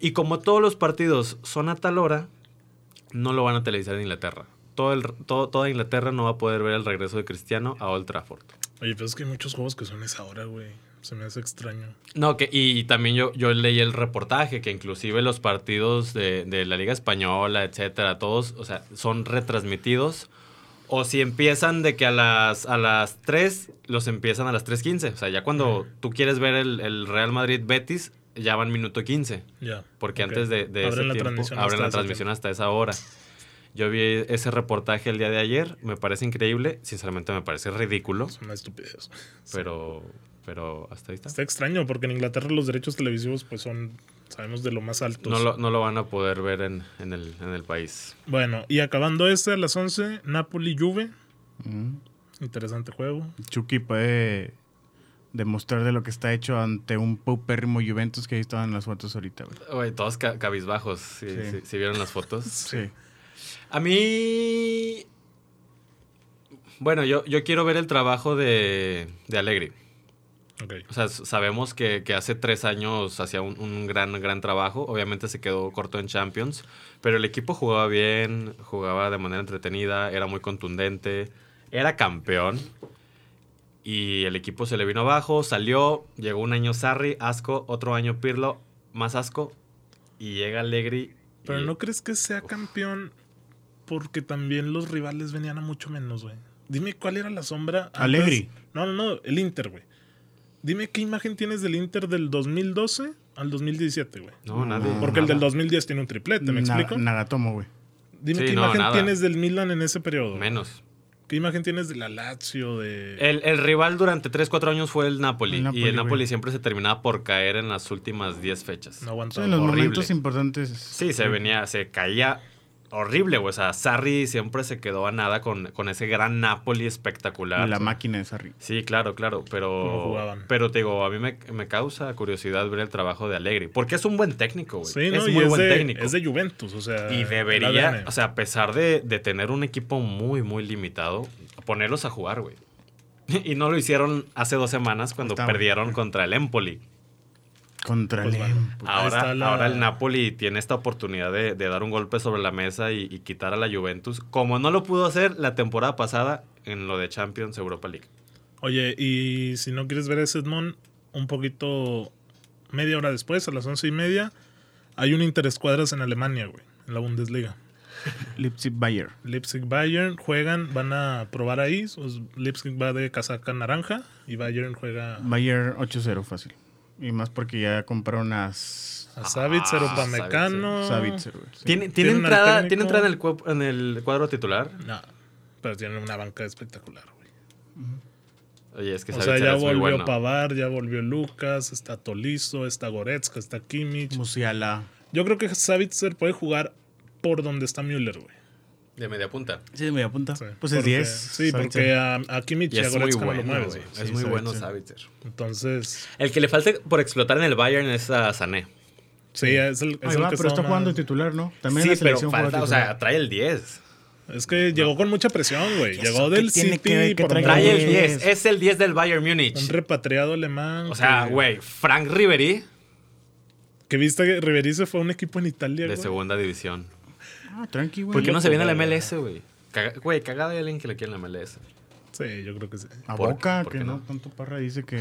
Y como todos los partidos son a tal hora, no lo van a televisar en Inglaterra. todo el, todo, toda Inglaterra no va a poder ver el regreso de Cristiano a Old Trafford. Oye, pero es que hay muchos juegos que son esa hora, güey. Se me hace extraño. No, que, y también yo, yo leí el reportaje que inclusive los partidos de, de la Liga Española, etcétera, todos, o sea, son retransmitidos. O si empiezan de que a las, a las 3, los empiezan a las 3.15. O sea, ya cuando tú quieres ver el, el Real Madrid Betis, ya van minuto 15. Ya. Porque ok. antes de, de Abren ese la tiempo, transmisión hasta abren la ese transmisión tiempo. hasta esa hora. Yo vi ese reportaje el día de ayer, me parece increíble, sinceramente me parece ridículo, Es una estupidez. pero, pero hasta ahí está. Está extraño porque en Inglaterra los derechos televisivos pues son, sabemos, de lo más altos. No Pues lo, no lo van a poder ver en, en el, en el país. Bueno, y acabando este a las 11, Napoli-Juve. Mm. Interesante juego. Chucky puede demostrar de lo que está hecho ante un paupérrimo Juventus que ahí estaban en las fotos ahorita. güey. Oye, todos ca- cabizbajos, si Sí. vieron las fotos. Sí. A mí... Bueno, yo, yo quiero ver el trabajo de, de Allegri. Ok. O sea, s- sabemos que, que hace tres años hacía un, un gran, gran trabajo. Obviamente se quedó corto en Champions, pero el equipo jugaba bien, jugaba de manera entretenida, era muy contundente, era campeón. Y el equipo se le vino abajo, salió, llegó un año Sarri, asco, otro año Pirlo, más asco, y llega Allegri. y- Pero no crees que sea campeón porque también los rivales venían a mucho menos, güey. Dime cuál era la sombra. antes- Allegri. No, no, no, el Inter, güey. Dime qué imagen tienes del Inter del 2012 al 2017, güey. No, nadie. Porque el del nada. 2010 tiene un triplete, ¿me Na- explico? Nagatomo, güey. Dime Sí, qué no, imagen nada. tienes del Milan en ese periodo. güey. Menos. Eh, ¿Qué imagen tienes de la Lazio? De... El, el rival durante 3-4 años fue el Napoli. El Napoli, y el Napoli güey. siempre se terminaba por caer en las últimas 10 fechas. No Sí, aguantó. en los horrible. momentos importantes. Sí, se venía, se caía horrible, güey. O sea, Sarri siempre se quedó a nada con, con ese gran Napoli espectacular. La máquina de Sarri. Sí, claro, claro. Cómo Pero, jugaban. pero te digo, a mí me, me causa curiosidad ver el trabajo de Allegri. Porque es un buen técnico, güey. Sí, es ¿no? Y muy es buen de, técnico. Es de Juventus, o sea. y el debería, ADN. o sea, a pesar de, de tener un equipo muy, muy limitado, ponerlos a jugar, güey. Y no lo hicieron hace dos semanas cuando Está bueno. perdieron contra el Empoli. Contra Pues el bueno. Empoli. Ahí Ahora, está la- ahora el Napoli tiene esta oportunidad de, de dar un golpe sobre la mesa y, y quitar a la Juventus, como no lo pudo hacer la temporada pasada en lo de Champions Europa League. Oye, y si no quieres ver a Edmond, un poquito media hora después, a las once y media, hay un interescuadras en Alemania, güey, en la Bundesliga. Leipzig Bayer. Leipzig Bayern juegan, van a probar ahí. pues, Leipzig va de casaca naranja y Bayern juega Bayer 8-0 fácil. Y más porque ya compraron a S- a Savitzer Ah, o Pamecano. Savitzer, güey. Sí. Mm. ¿Tiene, tiene Tienen al entrada, técnico. ¿tiene entrada en, el, cuap- en el cuadro titular? No, pero tienen una banca espectacular, güey. Oye, es que o sea, Savitzer ya es muy volvió bueno. Pavar, ya volvió Lucas, está Tolizo, está Goretzka, está Kimmich. Musiala. Yo creo que Savitzer puede jugar por donde está Müller, güey. De media punta. Sí, me apunta. Sí, Pues es porque- 10. Sí, porque a, a Kimmich Y y a es muy Goretzka no lo bueno, mueves. güey. güey. Es Sí, muy bueno Savitzer. Savitzer. Entonces, El que le falta por explotar en el Bayern es a Sané. sí, es el, es el que pero está más- jugando titular, ¿no? También sí, la pero selección falta, juega o sea, trae el 10. Es que llegó con mucha presión, güey. ¿Y eso Llegó qué del tiene City que ver que por traiga Trae el Sí. 10. Es el 10 del Bayern un Múnich. repatriado alemán. O sea, que- güey, Frank Ribery Que viste que Ribery se fue a un equipo en Italia, de güey. segunda división. Ah, tranqui, güey. ¿Por qué no se viene a la güey. MLS, güey? Caga- Güey, cagada de alguien que le quiere en la MLS. Sí, yo creo que sí. A ¿Por- Boca, por que qué no? no? Tanto Parra dice que...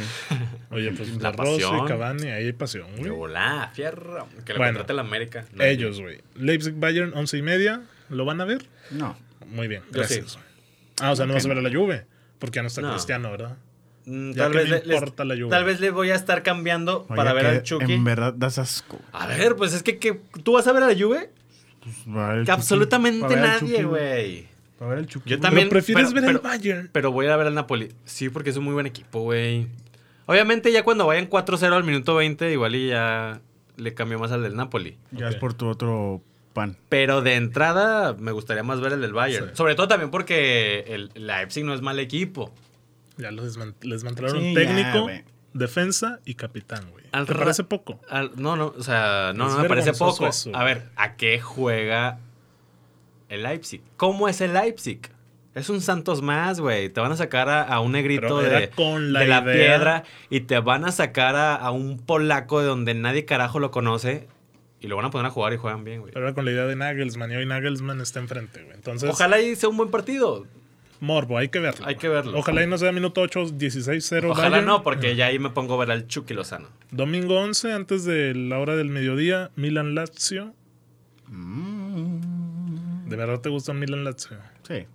Oye, pues La la Rosso pasión. y Cavani, ahí hay pasión, De güey. volá, fierro. Que le Bueno, contrate la América. No, Ellos, güey. Leipzig Bayern, once y media. ¿Lo van a ver? No. Muy bien, Yo gracias. sí. güey. Ah, o sea, no vas a Ok. ver a la Juve. Porque ya no está No. Cristiano, ¿verdad? mm, Ya Tal que vez, me le, les- importa la Juve. tal vez le voy a estar cambiando para Oye, ver que al Chucky. En verdad, das asco. A ver, pues es que, que tú vas a ver a la Juve. Pues, va el Que Chucky. absolutamente Va a ver al nadie, Chucky, güey. Va a ver al Chucky. Yo güey. También, pero prefieres pero- ver pero- al Bayern. Pero voy a ver al Napoli. Sí, porque es un muy buen equipo, güey. Obviamente, ya cuando vayan 4-0 al minuto 20, igual y ya le cambió más al del Napoli. Ya Ok. es por tu otro pan. Pero de entrada me gustaría más ver el del Bayern. Sí. Sobre todo también porque el Leipzig no es mal equipo. Ya los desman- les desmantelaron Sí, ya, técnico, güey. defensa y capitán, güey. Al ¿Te ra- parece poco? Al- no, no, o sea, no, Es no me parece vergonzoso poco. eso. A ver, ¿a qué juega el Leipzig? ¿Cómo es el Leipzig? Es un Santos más, güey. Te van a sacar a, a un negrito Pero era de, con la de la idea. piedra y te van a sacar a, a un polaco de donde nadie carajo lo conoce Y lo van a poner a jugar y juegan bien, güey. Pero ahora con la idea de Nagelsmann y hoy Nagelsmann está enfrente, güey. Entonces, Ojalá y sea un buen partido. morbo, hay que verlo. Hay que güey. verlo. Ojalá y no sea minuto 8, 16-0. Ojalá Bayern. no, porque ya ahí me pongo a ver al Chucky Lozano. Domingo 11, antes de la hora del mediodía, Milan Lazio. ¿De verdad te gusta Milan Lazio? Sí.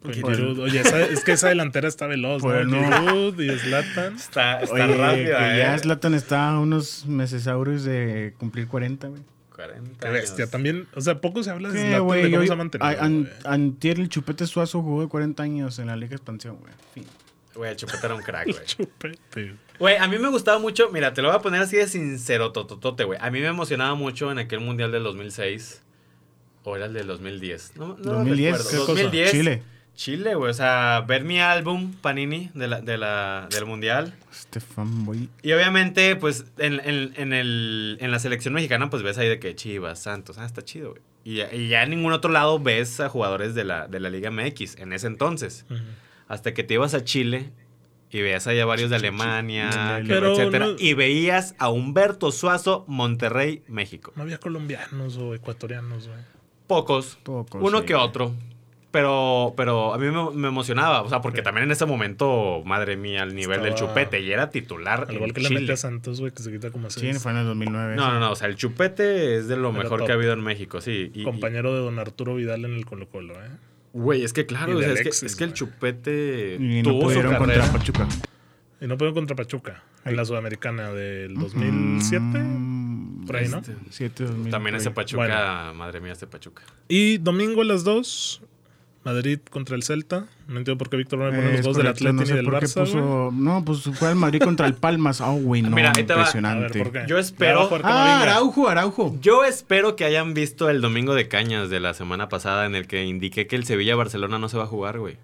Con Poquito. Giroud. Oye, esa- es que esa delantera está veloz, ¿no? Bueno. Giroud y Zlatan. Está, está Oye, rápida, que eh. ya Slatan está a unos meses auros de cumplir 40, güey. 40 Qué bestia. años. También, o sea, poco se habla de Sí, Pues, Zlatan, güey, de cómo hoy- se ha mantenido. a- an- güey. Antier el Chupete Suazo jugó de 40 años en la Liga Expansión, güey. Fin. Güey, el Chupete era un crack, güey. Chupete. Güey, a mí me gustaba mucho, mira, te lo voy a poner así de sincero, tototote, güey. A mí me emocionaba mucho en aquel mundial del 2006. O era el del 2010. No, no lo 2010, recuerdo. ¿qué cosa? 2010. Chile. Chile, güey. O sea, ver mi álbum, Panini, de la, de la, del mundial. Este fanboy. Y obviamente, pues, en, en- en el- en la selección mexicana, pues ves ahí de que Chivas, Santos, ah, está chido, güey. Y, ya- y ya en ningún otro lado ves a jugadores de la, de la Liga MX en ese entonces. Hasta que te ibas a Chile y veías allá varios de Alemania, Chile. que- Pero etcétera. no- Y veías a Humberto Suazo, Monterrey, México. No había colombianos o ecuatorianos, güey. Pocos, Pocos, uno sí, que güey. otro. Pero, pero a mí me, me emocionaba, o sea, porque también en ese momento, madre mía, al nivel del Estaba- chupete, y era titular. Al en igual que le Chile. mete a Santos, güey, que se quita como Sí, seis. fue en el 2009. pues, No, no, no. O sea, el chupete es de lo Pero mejor top. que ha habido en México, sí. Y, y- Compañero de don Arturo Vidal en el Colo Colo, ¿eh? Güey, es que y claro, de o sea, es, Alexis, que, es que el güey. chupete Y no tuvo su pudieron carrera. contra Pachuca. Y no pudo contra Pachuca, en la Sudamericana del Mm. 2007. Por ahí, este, ¿no? 7 2000. Pues También ese güey. Pachuca, Bueno. madre mía, este Pachuca. Y domingo a las 2, Madrid contra el Celta. No entiendo por qué Víctor no me pone Eh, Es los dos del correcto, Atleti Este, no ni sé del por qué Barça. güey. puso- No, pues fue al Madrid contra el Palmas. Ah, güey, no. Mira, ahí te va. A ver, impresionante. ¿por qué? Yo espero- Ya va a jugar Ah, Camavinga. Araujo, Araujo. Yo espero que hayan visto el domingo de cañas de la semana pasada en el que indiqué que el Sevilla-Barcelona no se va a jugar, güey.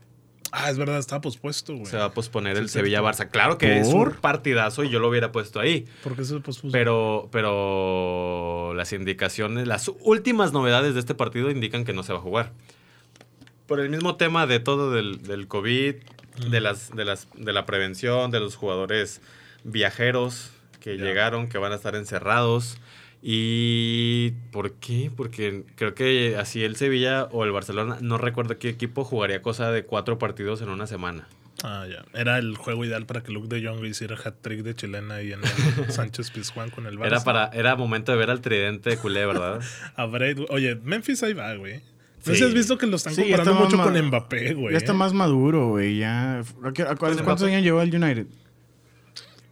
Ah, es verdad, estaba pospuesto, güey. Se va a posponer Sí, el es cierto. Sevilla-Barça. Claro que es un ¿Por? partidazo y yo lo hubiera puesto ahí. ¿Por qué se pospuso? Pero, pero las indicaciones, las últimas novedades de este partido indican que no se va a jugar. Por el mismo tema de todo del, del COVID, de, las, de, las, de la prevención, de los jugadores viajeros que Ya. llegaron, que van a estar encerrados. ¿Y por qué? Porque creo que así el Sevilla o el Barcelona, no recuerdo qué equipo, jugaría cosa de cuatro partidos en una semana. Ah, ya. Era el juego ideal para que Luke de Jong hiciera hat-trick de chilena y en el Sánchez Pizjuán con el Barça. Era, para, era momento de ver al tridente de culé, ¿verdad? A Braid, güey. Oye, Memphis ahí va, güey. No sé Sí. si has visto que lo están Sí, ya comparando está mucho más ma- con Mbappé, güey. Ya está ¿eh? más maduro, güey. Ya. ¿A qué- a cuál- Pues ¿Cuántos Mbappé. años llevó el United?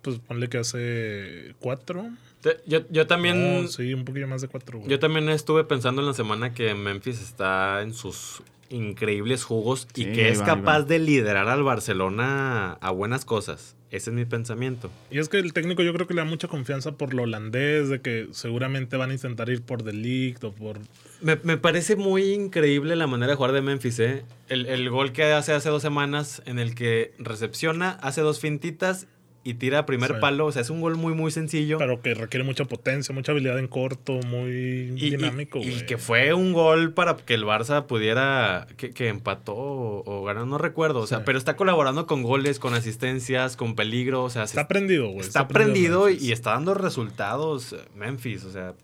Pues ponle que hace cuatro. Te- Yo, yo también... No, sí, un poquillo más de cuatro, güey. Yo también estuve pensando en la semana que Memphis está en sus increíbles jugos y Sí, que ahí es va, ahí capaz va. de liderar al Barcelona a buenas cosas. Ese es mi pensamiento. Y es que el técnico yo creo que le da mucha confianza por lo holandés, de que seguramente van a intentar ir por Delict o por... Me, me parece muy increíble la manera de jugar de Memphis, ¿eh? El, el gol que hace hace dos semanas en el que recepciona, hace dos fintitas y tira a primer Sí. palo. O sea, es un gol muy, muy sencillo. Pero que requiere mucha potencia, mucha habilidad en corto, muy Y- y- dinámico, y, güey. que fue un gol para que el Barça pudiera que, que empató o, o ganó no recuerdo o sea Sí. pero está colaborando con goles con asistencias con peligro o sea se- Está prendido, güey. está prendido y, Memphis. y está dando resultados eh, Memphis o sea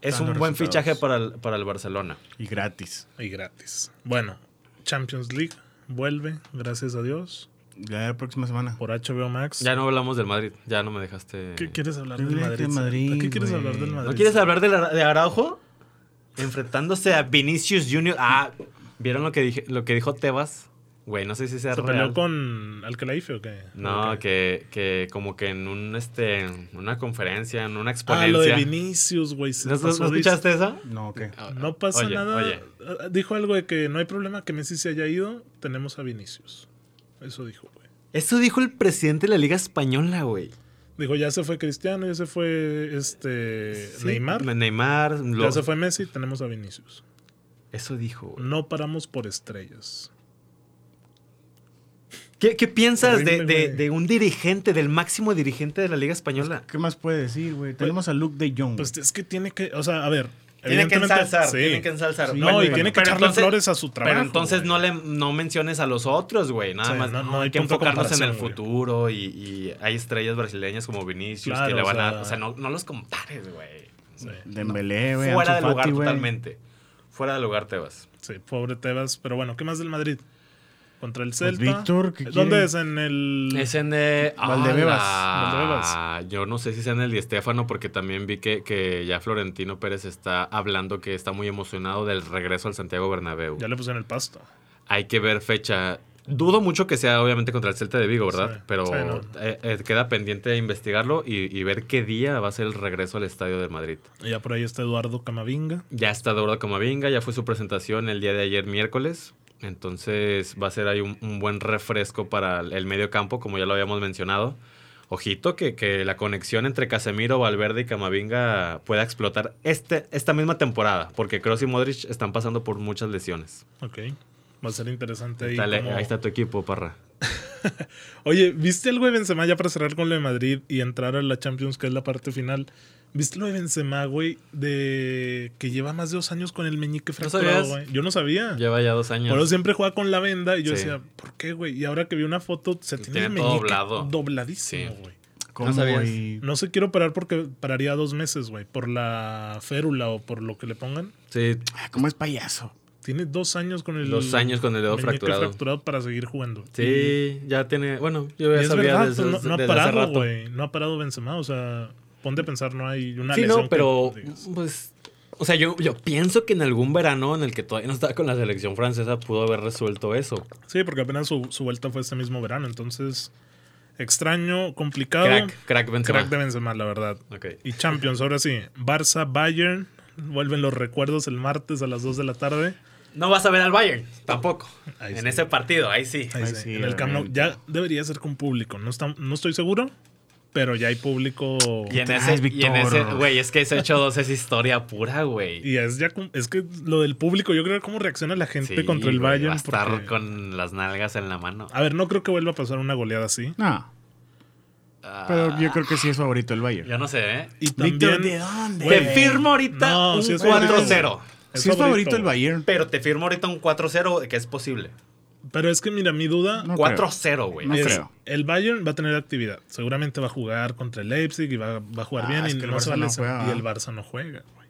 es Está dando un buen resultados. fichaje para el, para el Barcelona Y gratis. Y gratis. Bueno, Champions League vuelve, gracias a Dios, Ya la próxima semana. Pues, por HBO Max. ya no hablamos del Madrid ya no me dejaste ¿Qué quieres hablar Yo del Madrid? hablé de Madrid, Samantha? ¿Qué quieres güey. hablar del ¿No Madrid? no quieres hablar de, la- de Araujo enfrentándose a Vinicius Junior ah vieron lo que dije lo que dijo Tebas güey no sé si sea ¿Se real peleó con Alcalaife o qué? ¿O No, qué? que, que como que en un este en una conferencia, en una Ah, exponencia. lo de Vinicius, güey. se ¿No, no- no pasó de- escuchaste esa? No, eh, ¿qué? No pasa Oye, nada. oye. Ah, Dijo algo de que no hay problema que Messi se haya ido. Tenemos a Vinicius. Eso dijo, güey. Eso dijo el presidente de la Liga Española, güey. Dijo, ya se fue Cristiano, ya se fue este Sí, Neymar. Ne- Neymar. lo- Ya se fue Messi, tenemos a Vinicius. Eso dijo, güey. No paramos por estrellas. ¿Qué, qué piensas de, Horrible, de- güey. de un dirigente, del máximo dirigente de la Liga Española? pues, ¿Qué más puede decir, güey? Tenemos a Luke de Jong. Pues es que tiene que, o sea, a ver, Tienen que Evidentemente, ensalzar, sí. tienen que ensalzar. No, y tiene que pero echarle entonces- flores a su trabajo. Pero entonces güey. no le no menciones a los otros, güey. Nada Sí, más no- no, no hay hay que punto de enfocarnos en el comparación, güey. futuro. Y, y hay estrellas brasileñas como Vinicius Claro, que le o van sea- a. O sea, no, no los compares, güey. Dembélé, güey. Fuera Ansu del lugar Fati, güey. totalmente. Fuera del lugar te vas. Sí, pobre Tebas. Pero bueno, ¿qué más del Madrid? Contra el Celta. Pues Víctor, ¿qué ¿Dónde quiere? es? En el. Es en eh, ah, Valdebebas, la- Yo no sé si sea en el Di Stéfano, porque también vi que, que ya Florentino Pérez está hablando que está muy emocionado del regreso al Santiago Bernabéu. Ya le pusieron el pasto. Hay que ver fecha. Dudo mucho que sea obviamente contra el Celta de Vigo, ¿verdad? Sí, Pero sí, no. eh, eh, queda pendiente de investigarlo y, y ver qué día va a ser el regreso al Estadio de Madrid. Y ya por ahí está Eduardo Camavinga. Ya está Dorda Camavinga, ya fue su presentación el día de ayer miércoles. Entonces va a ser ahí un, un buen refresco para el medio campo, como ya lo habíamos mencionado. Ojito que, que la conexión entre Casemiro, Valverde y Camavinga pueda explotar este, esta misma temporada, porque Kroos y Modric están pasando por muchas lesiones. Ok. Va a ser interesante. ahí Dale, cómo- Ahí está tu equipo, Parra. Oye, ¿viste el güey Benzema ya para cerrar con lo de Madrid y entrar a la Champions, que es la parte final? ¿Viste lo de Benzema, güey? De que lleva más de dos años con el meñique fracturado, sabías? güey. Yo no sabía. Lleva ya dos años. Por eso siempre juega con la venda y yo Sí. decía, ¿por qué, güey? Y ahora que vi una foto, se Lo tiene, el tiene todo meñique doblado. dobladísimo, Sí. güey. ¿Cómo, sabías. güey? No se quiero operar porque pararía dos meses, güey. Por la férula o por lo que le pongan. Sí, Ah, ¿Cómo es payaso? Tiene dos años con el... dos años con el dedo meñique fracturado. para seguir jugando. Sí, ya tiene. Bueno, yo Y ya es sabía verdad, desde- pues, no, no desde ha hace parado, rato. güey. No ha parado Benzema. O sea, ponte a pensar, no hay una Sí, lesión no, pero que digas. pues. O sea, yo, yo pienso que en algún verano en el que todavía no estaba con la selección francesa pudo haber resuelto eso. Sí, porque apenas su, su vuelta fue este mismo verano. Entonces, extraño, complicado. Crack, crack Benzema. Ah, Crack de Benzema, la verdad. Ok. Y Champions, ahora sí. Barça, Bayern. Vuelven los recuerdos el martes a las 2 de la tarde. No vas a ver al Bayern, tampoco. Ahí en sí. ese partido, ahí sí. Ahí Ay, sí, sí, en el Camp Nou. Ya debería ser con público. No, está- no estoy seguro, pero ya hay público. Y en Ay, ese, y en ese, Víctor. güey, es que ese hecho 2 es historia pura, güey. Y es ya cum- es que lo del público, yo creo cómo reacciona la gente Sí, contra el güey, Bayern. Va a estar porque- con las nalgas en la mano. A ver, no creo que vuelva a pasar una goleada así. No, pero yo creo que sí es favorito el Bayern. Ah, Yo no sé, ¿eh? Y Víctor, también ¿de dónde? Güey. Te firmo ahorita No, un sí es favorito. 4-0. es Sí es favorito el güey. Bayern. Pero te firmo ahorita un 4-0 que es posible. Pero es que mira, mi duda No creo. 4-0, güey. No es creo. el Bayern va a tener actividad. Seguramente va a jugar contra el Leipzig y va, va a jugar Ah, bien es y que el no se Barça va a no lesionar. juega. Y el Barça no juega. güey.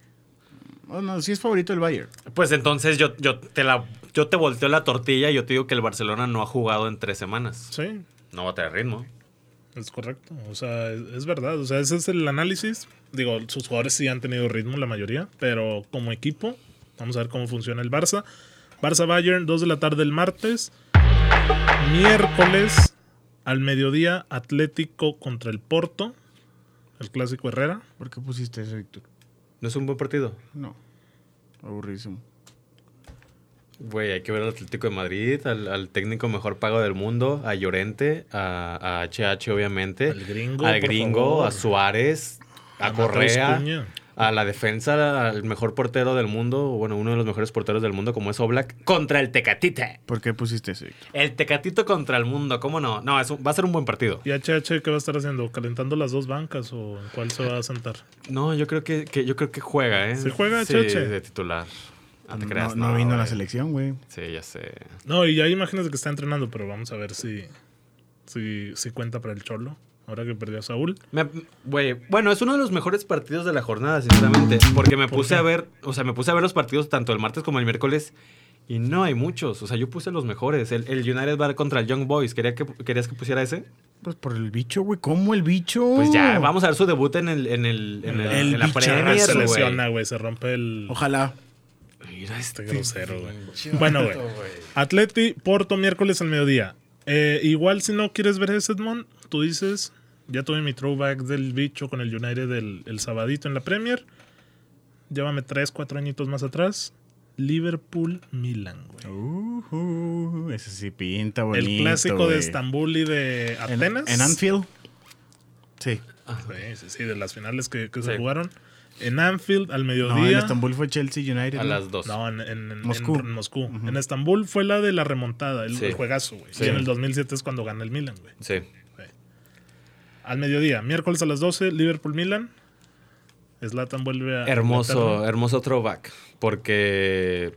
Oh, no, sí es favorito el Bayern. Pues entonces yo, yo te la yo te volteo la tortilla y yo te digo que el Barcelona no ha jugado en tres semanas. Sí, No va a tener ritmo. es correcto. O sea, es, es verdad. O sea, ese es el análisis. Digo, sus jugadores sí han tenido ritmo, la mayoría. Pero como equipo, vamos a ver cómo funciona el Barça. Barça-Bayern, 2 de la tarde el martes. Miércoles, al mediodía, Atlético contra el Porto. El clásico Herrera. ¿Por qué pusiste eso, Víctor? No es un buen partido. No. Aburrísimo. Güey, hay que ver al Atlético de Madrid, al, al técnico mejor pago del mundo, a Llorente, a, a HH obviamente, Al gringo, al por gringo, favor. a Suárez, a, A Mateus Correa, Cunha. a la defensa, al mejor portero del mundo, o bueno, uno de los mejores porteros del mundo como es Oblak, contra el Tecatite. ¿Por qué pusiste eso, Víctor? El Tecatito contra el mundo, ¿cómo no? No, es un- va a ser un buen partido. ¿Y HH qué va a estar haciendo? ¿Calentando las dos bancas o en cuál se va a sentar? No, yo creo que, que- yo creo que juega, ¿eh? ¿Sí juega, sí, Cheche? de titular. No te No, creas, no vino a la güey. selección, güey. Sí, ya sé. No, y ya imagínate que está entrenando, pero vamos a ver si, si, si cuenta para el Cholo. Ahora que perdió a Saúl. Me- güey, bueno, es uno de los mejores partidos de la jornada, sinceramente, porque me puse a ver, o sea, me puse a ver los partidos tanto el martes como el miércoles y no hay muchos, o sea, yo puse los mejores. El, el United va contra el Young Boys, ¿Quería que, ¿querías que pusiera ese? Pues por el bicho, güey. ¿Cómo el bicho? Pues ya, vamos a ver su debut en el en el en, el- El en la bicharraco Ah, Premier, se güey. lesiona, güey. Se rompe el. Ojalá. Mira este Este grosero, güey. Bueno, güey. güey. Atleti, Porto, miércoles al mediodía. Eh, igual si no quieres ver ese Edmond, tú dices, ya tuve mi throwback del bicho con el United el, el sabadito en la Premier. Llévame tres, cuatro añitos más atrás. Liverpool, Milan, güey. Ujú, Uh-huh. ese sí pinta bonito. el clásico de güey. Estambul y de En- Atenas. Ah, En, Anfield. Sí. Sí, sí, sí, de las finales que, que se Sí. jugaron. En Anfield al No, mediodía. en Estambul fue Chelsea United. A ¿no? las dos. No, en, en- en- Moscú. en Moscú. En Estambul fue la de la remontada, el, Sí. el juegazo, güey. Sí. Y en el 2007 es cuando gana el Milan, güey. Sí. Al mediodía, miércoles a las 12, Liverpool-Milan. Zlatan vuelve a. Hermoso, Inglaterra. hermoso throwback. Porque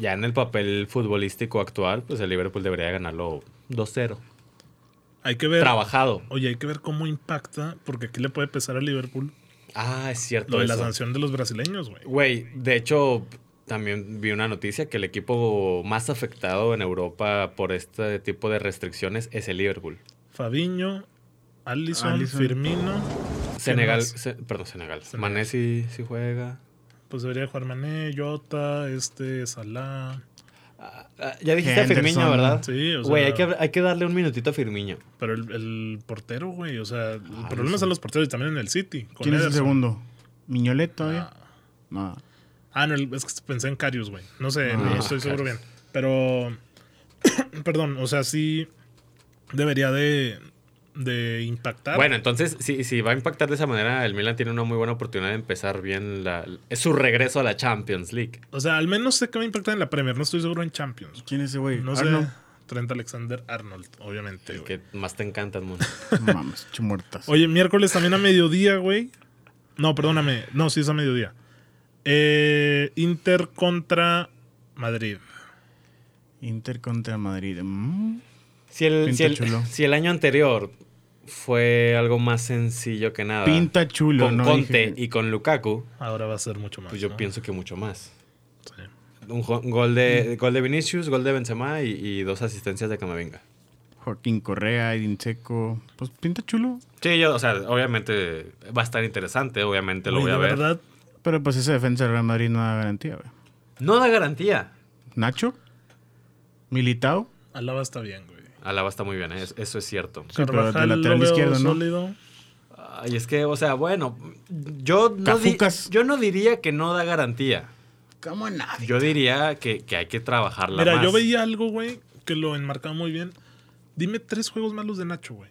ya en el papel futbolístico actual, pues el Liverpool debería ganarlo 2-0. Hay que ver. Trabajado. Oye, hay que ver cómo impacta, porque aquí le puede pesar a Liverpool Ah, es cierto. lo de la eso. sanción de los brasileños, güey. Güey, de hecho, también vi una noticia que el equipo más afectado en Europa por este tipo de restricciones es el Liverpool. Fabiño, Allison, Alisson. Firmino. Senegal, más? se- perdón, Senegal. Senegal. Mané sí, sí juega. Pues debería jugar Mané, Jota, este, Salah. Ah, ah, ya dijiste a Henderson, Firmiño, ¿verdad? Sí, o sea. Güey, hay que, hay que darle un minutito a Firmiño. Pero el, el portero, güey, o sea, el Ah, problema eso. es a los porteros y también en el City. con ¿Quién es el Ederson. segundo? eh? ¿Miñolet todavía? Ah, No. Ah, no, el- es que pensé en Carius, güey. No sé, no Ah, estoy seguro bien. Karius. Pero, perdón, o sea, sí debería de, de impactar. Bueno, entonces, si, si va a impactar de esa manera, el Milan tiene una muy buena oportunidad de empezar bien la, es su regreso a la Champions League. O sea, al menos sé que va a impactar en la Premier, no estoy seguro en Champions. ¿Quién es ese güey? Ah, No sé. Arnold. Trent Alexander Arnold, obviamente. El güey. que más te encanta, mundo. No Mames, hecho muertas. Oye, miércoles también a mediodía, güey. No, perdóname. No, sí es a mediodía. Eh, Inter contra Madrid. Inter contra Madrid. Mm. Si el, Pinta si, el, chulo. si el año anterior fue algo más sencillo que nada. Pinta chulo, Ah, con ¿no? Conte Dije- y con Lukaku, Ahora va a ser mucho más. pues yo ¿no? pienso que mucho más. Sí. Un jo- gol Mm. de, gol de Vinicius, gol de Benzema y, y dos asistencias de Camavinga. Joaquín Correa, Edin Seco. Pues pinta chulo. Sí, yo, o sea, obviamente va a estar interesante, obviamente lo Güey, voy a de ver. verdad, Pero pues esa defensa del Real Madrid no da garantía, güey. No da garantía. Nacho, Militao, Alaba está bien, güey. Alaba está muy bien, ¿eh? Es- eso es cierto. Sí, pero del Carvajal lo lateral veo izquierdo, ¿no? sólido. Y es que, o sea, bueno, yo no, di- Cafucas. yo no diría que no da garantía. ¿Cómo nadie? Yo diría que, que hay que trabajarla Mira, más. yo veía algo, güey, que lo enmarcaba muy bien. Dime tres juegos malos de Nacho, güey.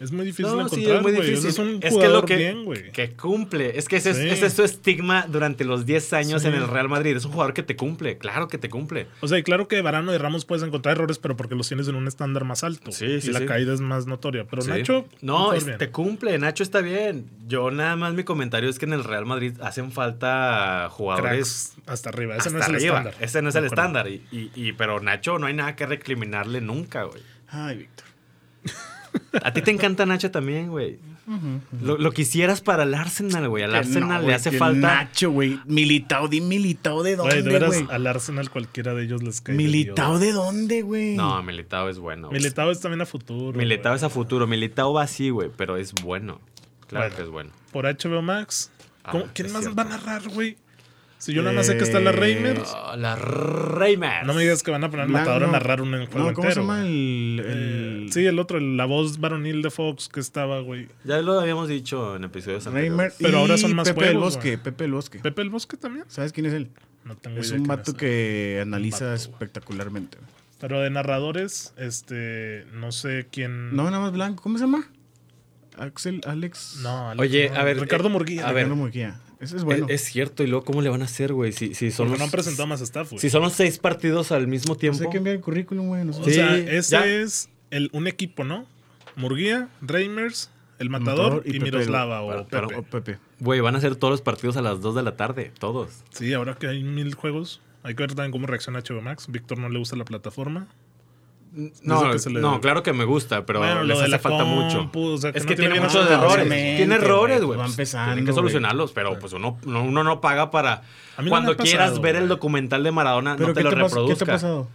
Es muy difícil No, sí, encontrar, es muy güey. O sea, difícil. Es un Es que jugador lo que, bien, güey. que cumple. Es que ese, es- Sí. ese es su estigma durante los 10 años Sí. en el Real Madrid. Es un jugador que te cumple, claro que te cumple. O sea, y claro que Varano y Ramos puedes encontrar errores, pero porque los tienes en un estándar más alto. Sí, y sí, la sí. caída es más notoria. Pero Sí. Nacho. No, está este es- bien. te cumple. Nacho está bien. Yo nada más mi comentario es que en el Real Madrid hacen falta jugadores. cracks hasta arriba. Ese no es hasta el arriba. estándar. Ese no es el De acuerdo. estándar. Y, y- y- pero Nacho no hay nada que recriminarle nunca, güey. Ay, Víctor. A ti te encanta Nacho también, güey. Lo, lo quisieras para el Arsenal, güey. Al Que Arsenal no, le güey, hace que falta. Nacho, güey. Militao, di Militao de Oye, de dónde, veras, güey. al Arsenal cualquiera de ellos les cae. de Militao Dios. de dónde, güey. No, Militao es bueno. güey. Militao es también a futuro. Militao güey. es a futuro. Militao va así, güey, pero es bueno. Claro Bueno. que es bueno. Por HBO Max. ¿Cómo- Ah, ¿Quién es más cierto. va a narrar, güey? Si yo nada más sé que está la Eh, Reimers. Ah, la Reimers. No me digas que van a poner al La- matador a no. narrar un juego No, ¿cómo se entero, llama güey. el, Eh, el- sí, el otro, el- la voz varonil de Fox que estaba, güey. Ya lo habíamos dicho en episodios Reimer anteriores. y Pero ahora son más Pepe del juegos, Bosque, güey. Pepe del Bosque. Pepe el Bosque también. ¿Sabes quién es él? No tengo Es idea un quién vato es. que analiza vato, güey. espectacularmente. güey. Pero de narradores, este, no sé quién. No, nada más blanco. ¿Cómo se llama? Axel, Alex. No, Alex, Oye, no. a ver, Ricardo eh, Murguía. a ver. E-, Ricardo Murguía. Ese es Es- bueno. Es, cierto, y luego, ¿cómo le van a hacer, güey? Si, si son Porque los, no han presentado más staff, güey. si son los seis partidos al mismo No tiempo. sé que enviar el currículum, güey. No sé. O Sí, sea, ese ya. es el, un equipo, ¿no? Murguía, Reimers, El Matador, Matador y y, Pepe, Miroslava güey. o Pero- Pepe. O Pepe. Güey, van a hacer todos los partidos a las 2 de la tarde. Todos. Sí, ahora que hay mil juegos, hay que ver también cómo reacciona HBO Max. Víctor no le gusta la plataforma. No, que se le- no, claro que me gusta, pero Bueno, lo les de hace la falta mucho. compu, o sea, que es no que tiene tiene nada muchos que ver. errores. Obviamente, Tiene errores, güey, güey. va Pues, empezando, Tienen que güey. solucionarlos, pero pues uno, no- uno no paga para. A mí no me Cuando ha pasado, quieras ver güey. el documental de Maradona, ¿Pero no te qué, lo te pas- qué te ha reproduzca. pasado?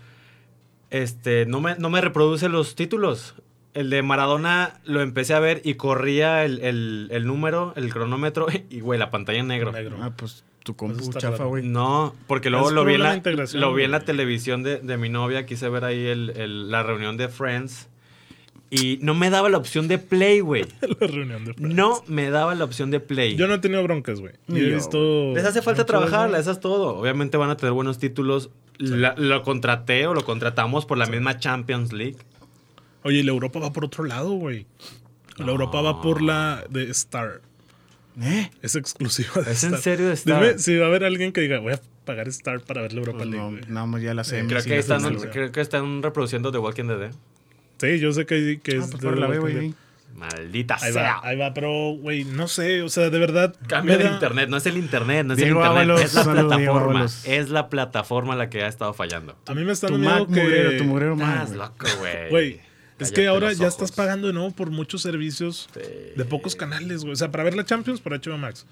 Este, no me, no me reproduce los títulos. El de Maradona lo empecé a ver y corría el, el- el número, el cronómetro y, güey, la pantalla en negro. Negro. Ah, pues tu compu está chafa, raro. güey. No, porque luego Es lo vi, en problema la, de integración, lo vi en la güey. televisión de, de mi novia, quise ver ahí el- el- la reunión de Friends y no me daba la opción de play, güey. la reunión de Friends. No me daba la opción de play. Yo no he tenido broncas, güey. Yo Ni he yo, visto. Les hace falta muchos, trabajarla, güey. eso es todo. Obviamente van a tener buenos títulos. La- lo contraté o lo contratamos por la misma Champions League. Oye, y la Europa va por otro lado, güey. La No. Europa va por la de Star. ¿Eh? Es exclusiva de ¿Es en Star. serio de Star? Dime si va a haber alguien que diga, voy a pagar Star para ver la Europa Pues League. no, güey". Eh, nada más ya la sé. Creo sí, que, sí, están, sí, sí. creo que están reproduciendo The Walking Dead. ¿eh? Sí, yo sé que, que Ah, es pues de ahora la Walking veo, Dead. güey. Maldita Ahí sea. va, ahí va, pero, güey, no sé, o sea, de verdad. Cambio me de da- internet, no es el internet, no es Diego el internet, Ábalos, es la saludos, Diego plataforma. Ábalos. Es la plataforma la que ha estado fallando. A mí me está Tu dando Mac miedo que. mugrero, tu mugrero Mac. Estás güey. loco, güey. Güey, es Cállate que ahora los ya ojos. estás pagando de nuevo por muchos servicios Sí. de pocos canales, güey. O sea, para ver la Champions por HBO Max.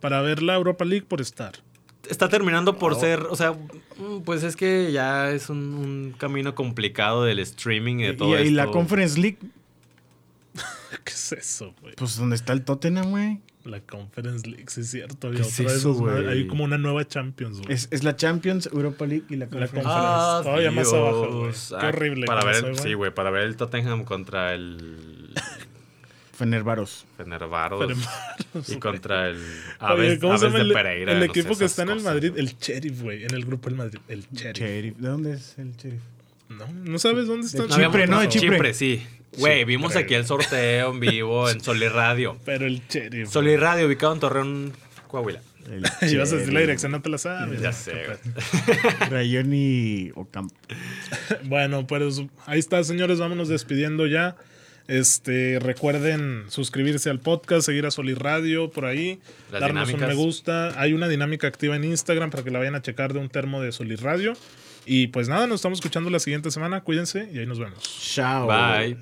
Para ver la Europa League por Star. Está terminando por ser, o sea, mm, pues es que ya es un, un camino complicado del streaming y de todo Y, y la esto. Conference League, ¿Qué es eso, güey? pues donde está el Tottenham, güey. La Conference League, sí es cierto. ¿Qué había es otra eso, vez, güey? Hay como una nueva Champions, güey. Es, es la Champions, Europa League y la Conference. Conference. Ah, Todavía más abajo, güey. Dios. Qué Ah, horrible Para que ver, soy, güey. sí, güey, para ver el Tottenham contra el Ah. Fenervaros. Fenerbahce y contra el Oye, Aves, ¿cómo se Aves llama de el, Pereira. el no sé, equipo que esas está en el cosas. Madrid? El Sheriff, güey. En el grupo del Madrid. El Sheriff. Sheriff. ¿De dónde es el Sheriff? No, no sabes dónde está De el Chipre, Sheriff, ¿no? por favor. De Chipre. sí. Güey, vimos aquí el sorteo en vivo en Soli Radio. Pero el Sheriff. Soli Radio, ubicado en Torreón, Coahuila. El Y vas a decir la Sheriff. dirección, no te la sabes. Ya ¿no? sé, güey. Rayón y Ocampo. Bueno, pues ahí está, señores, vámonos despidiendo ya. Este, recuerden suscribirse al podcast, seguir a Solir Radio por ahí, Las darnos dinámicas. un me gusta. Hay una dinámica activa en Instagram para que la vayan a checar de un termo de Solir Radio. Y pues nada, nos estamos escuchando la siguiente semana. Cuídense y ahí nos vemos. Chao. Bye.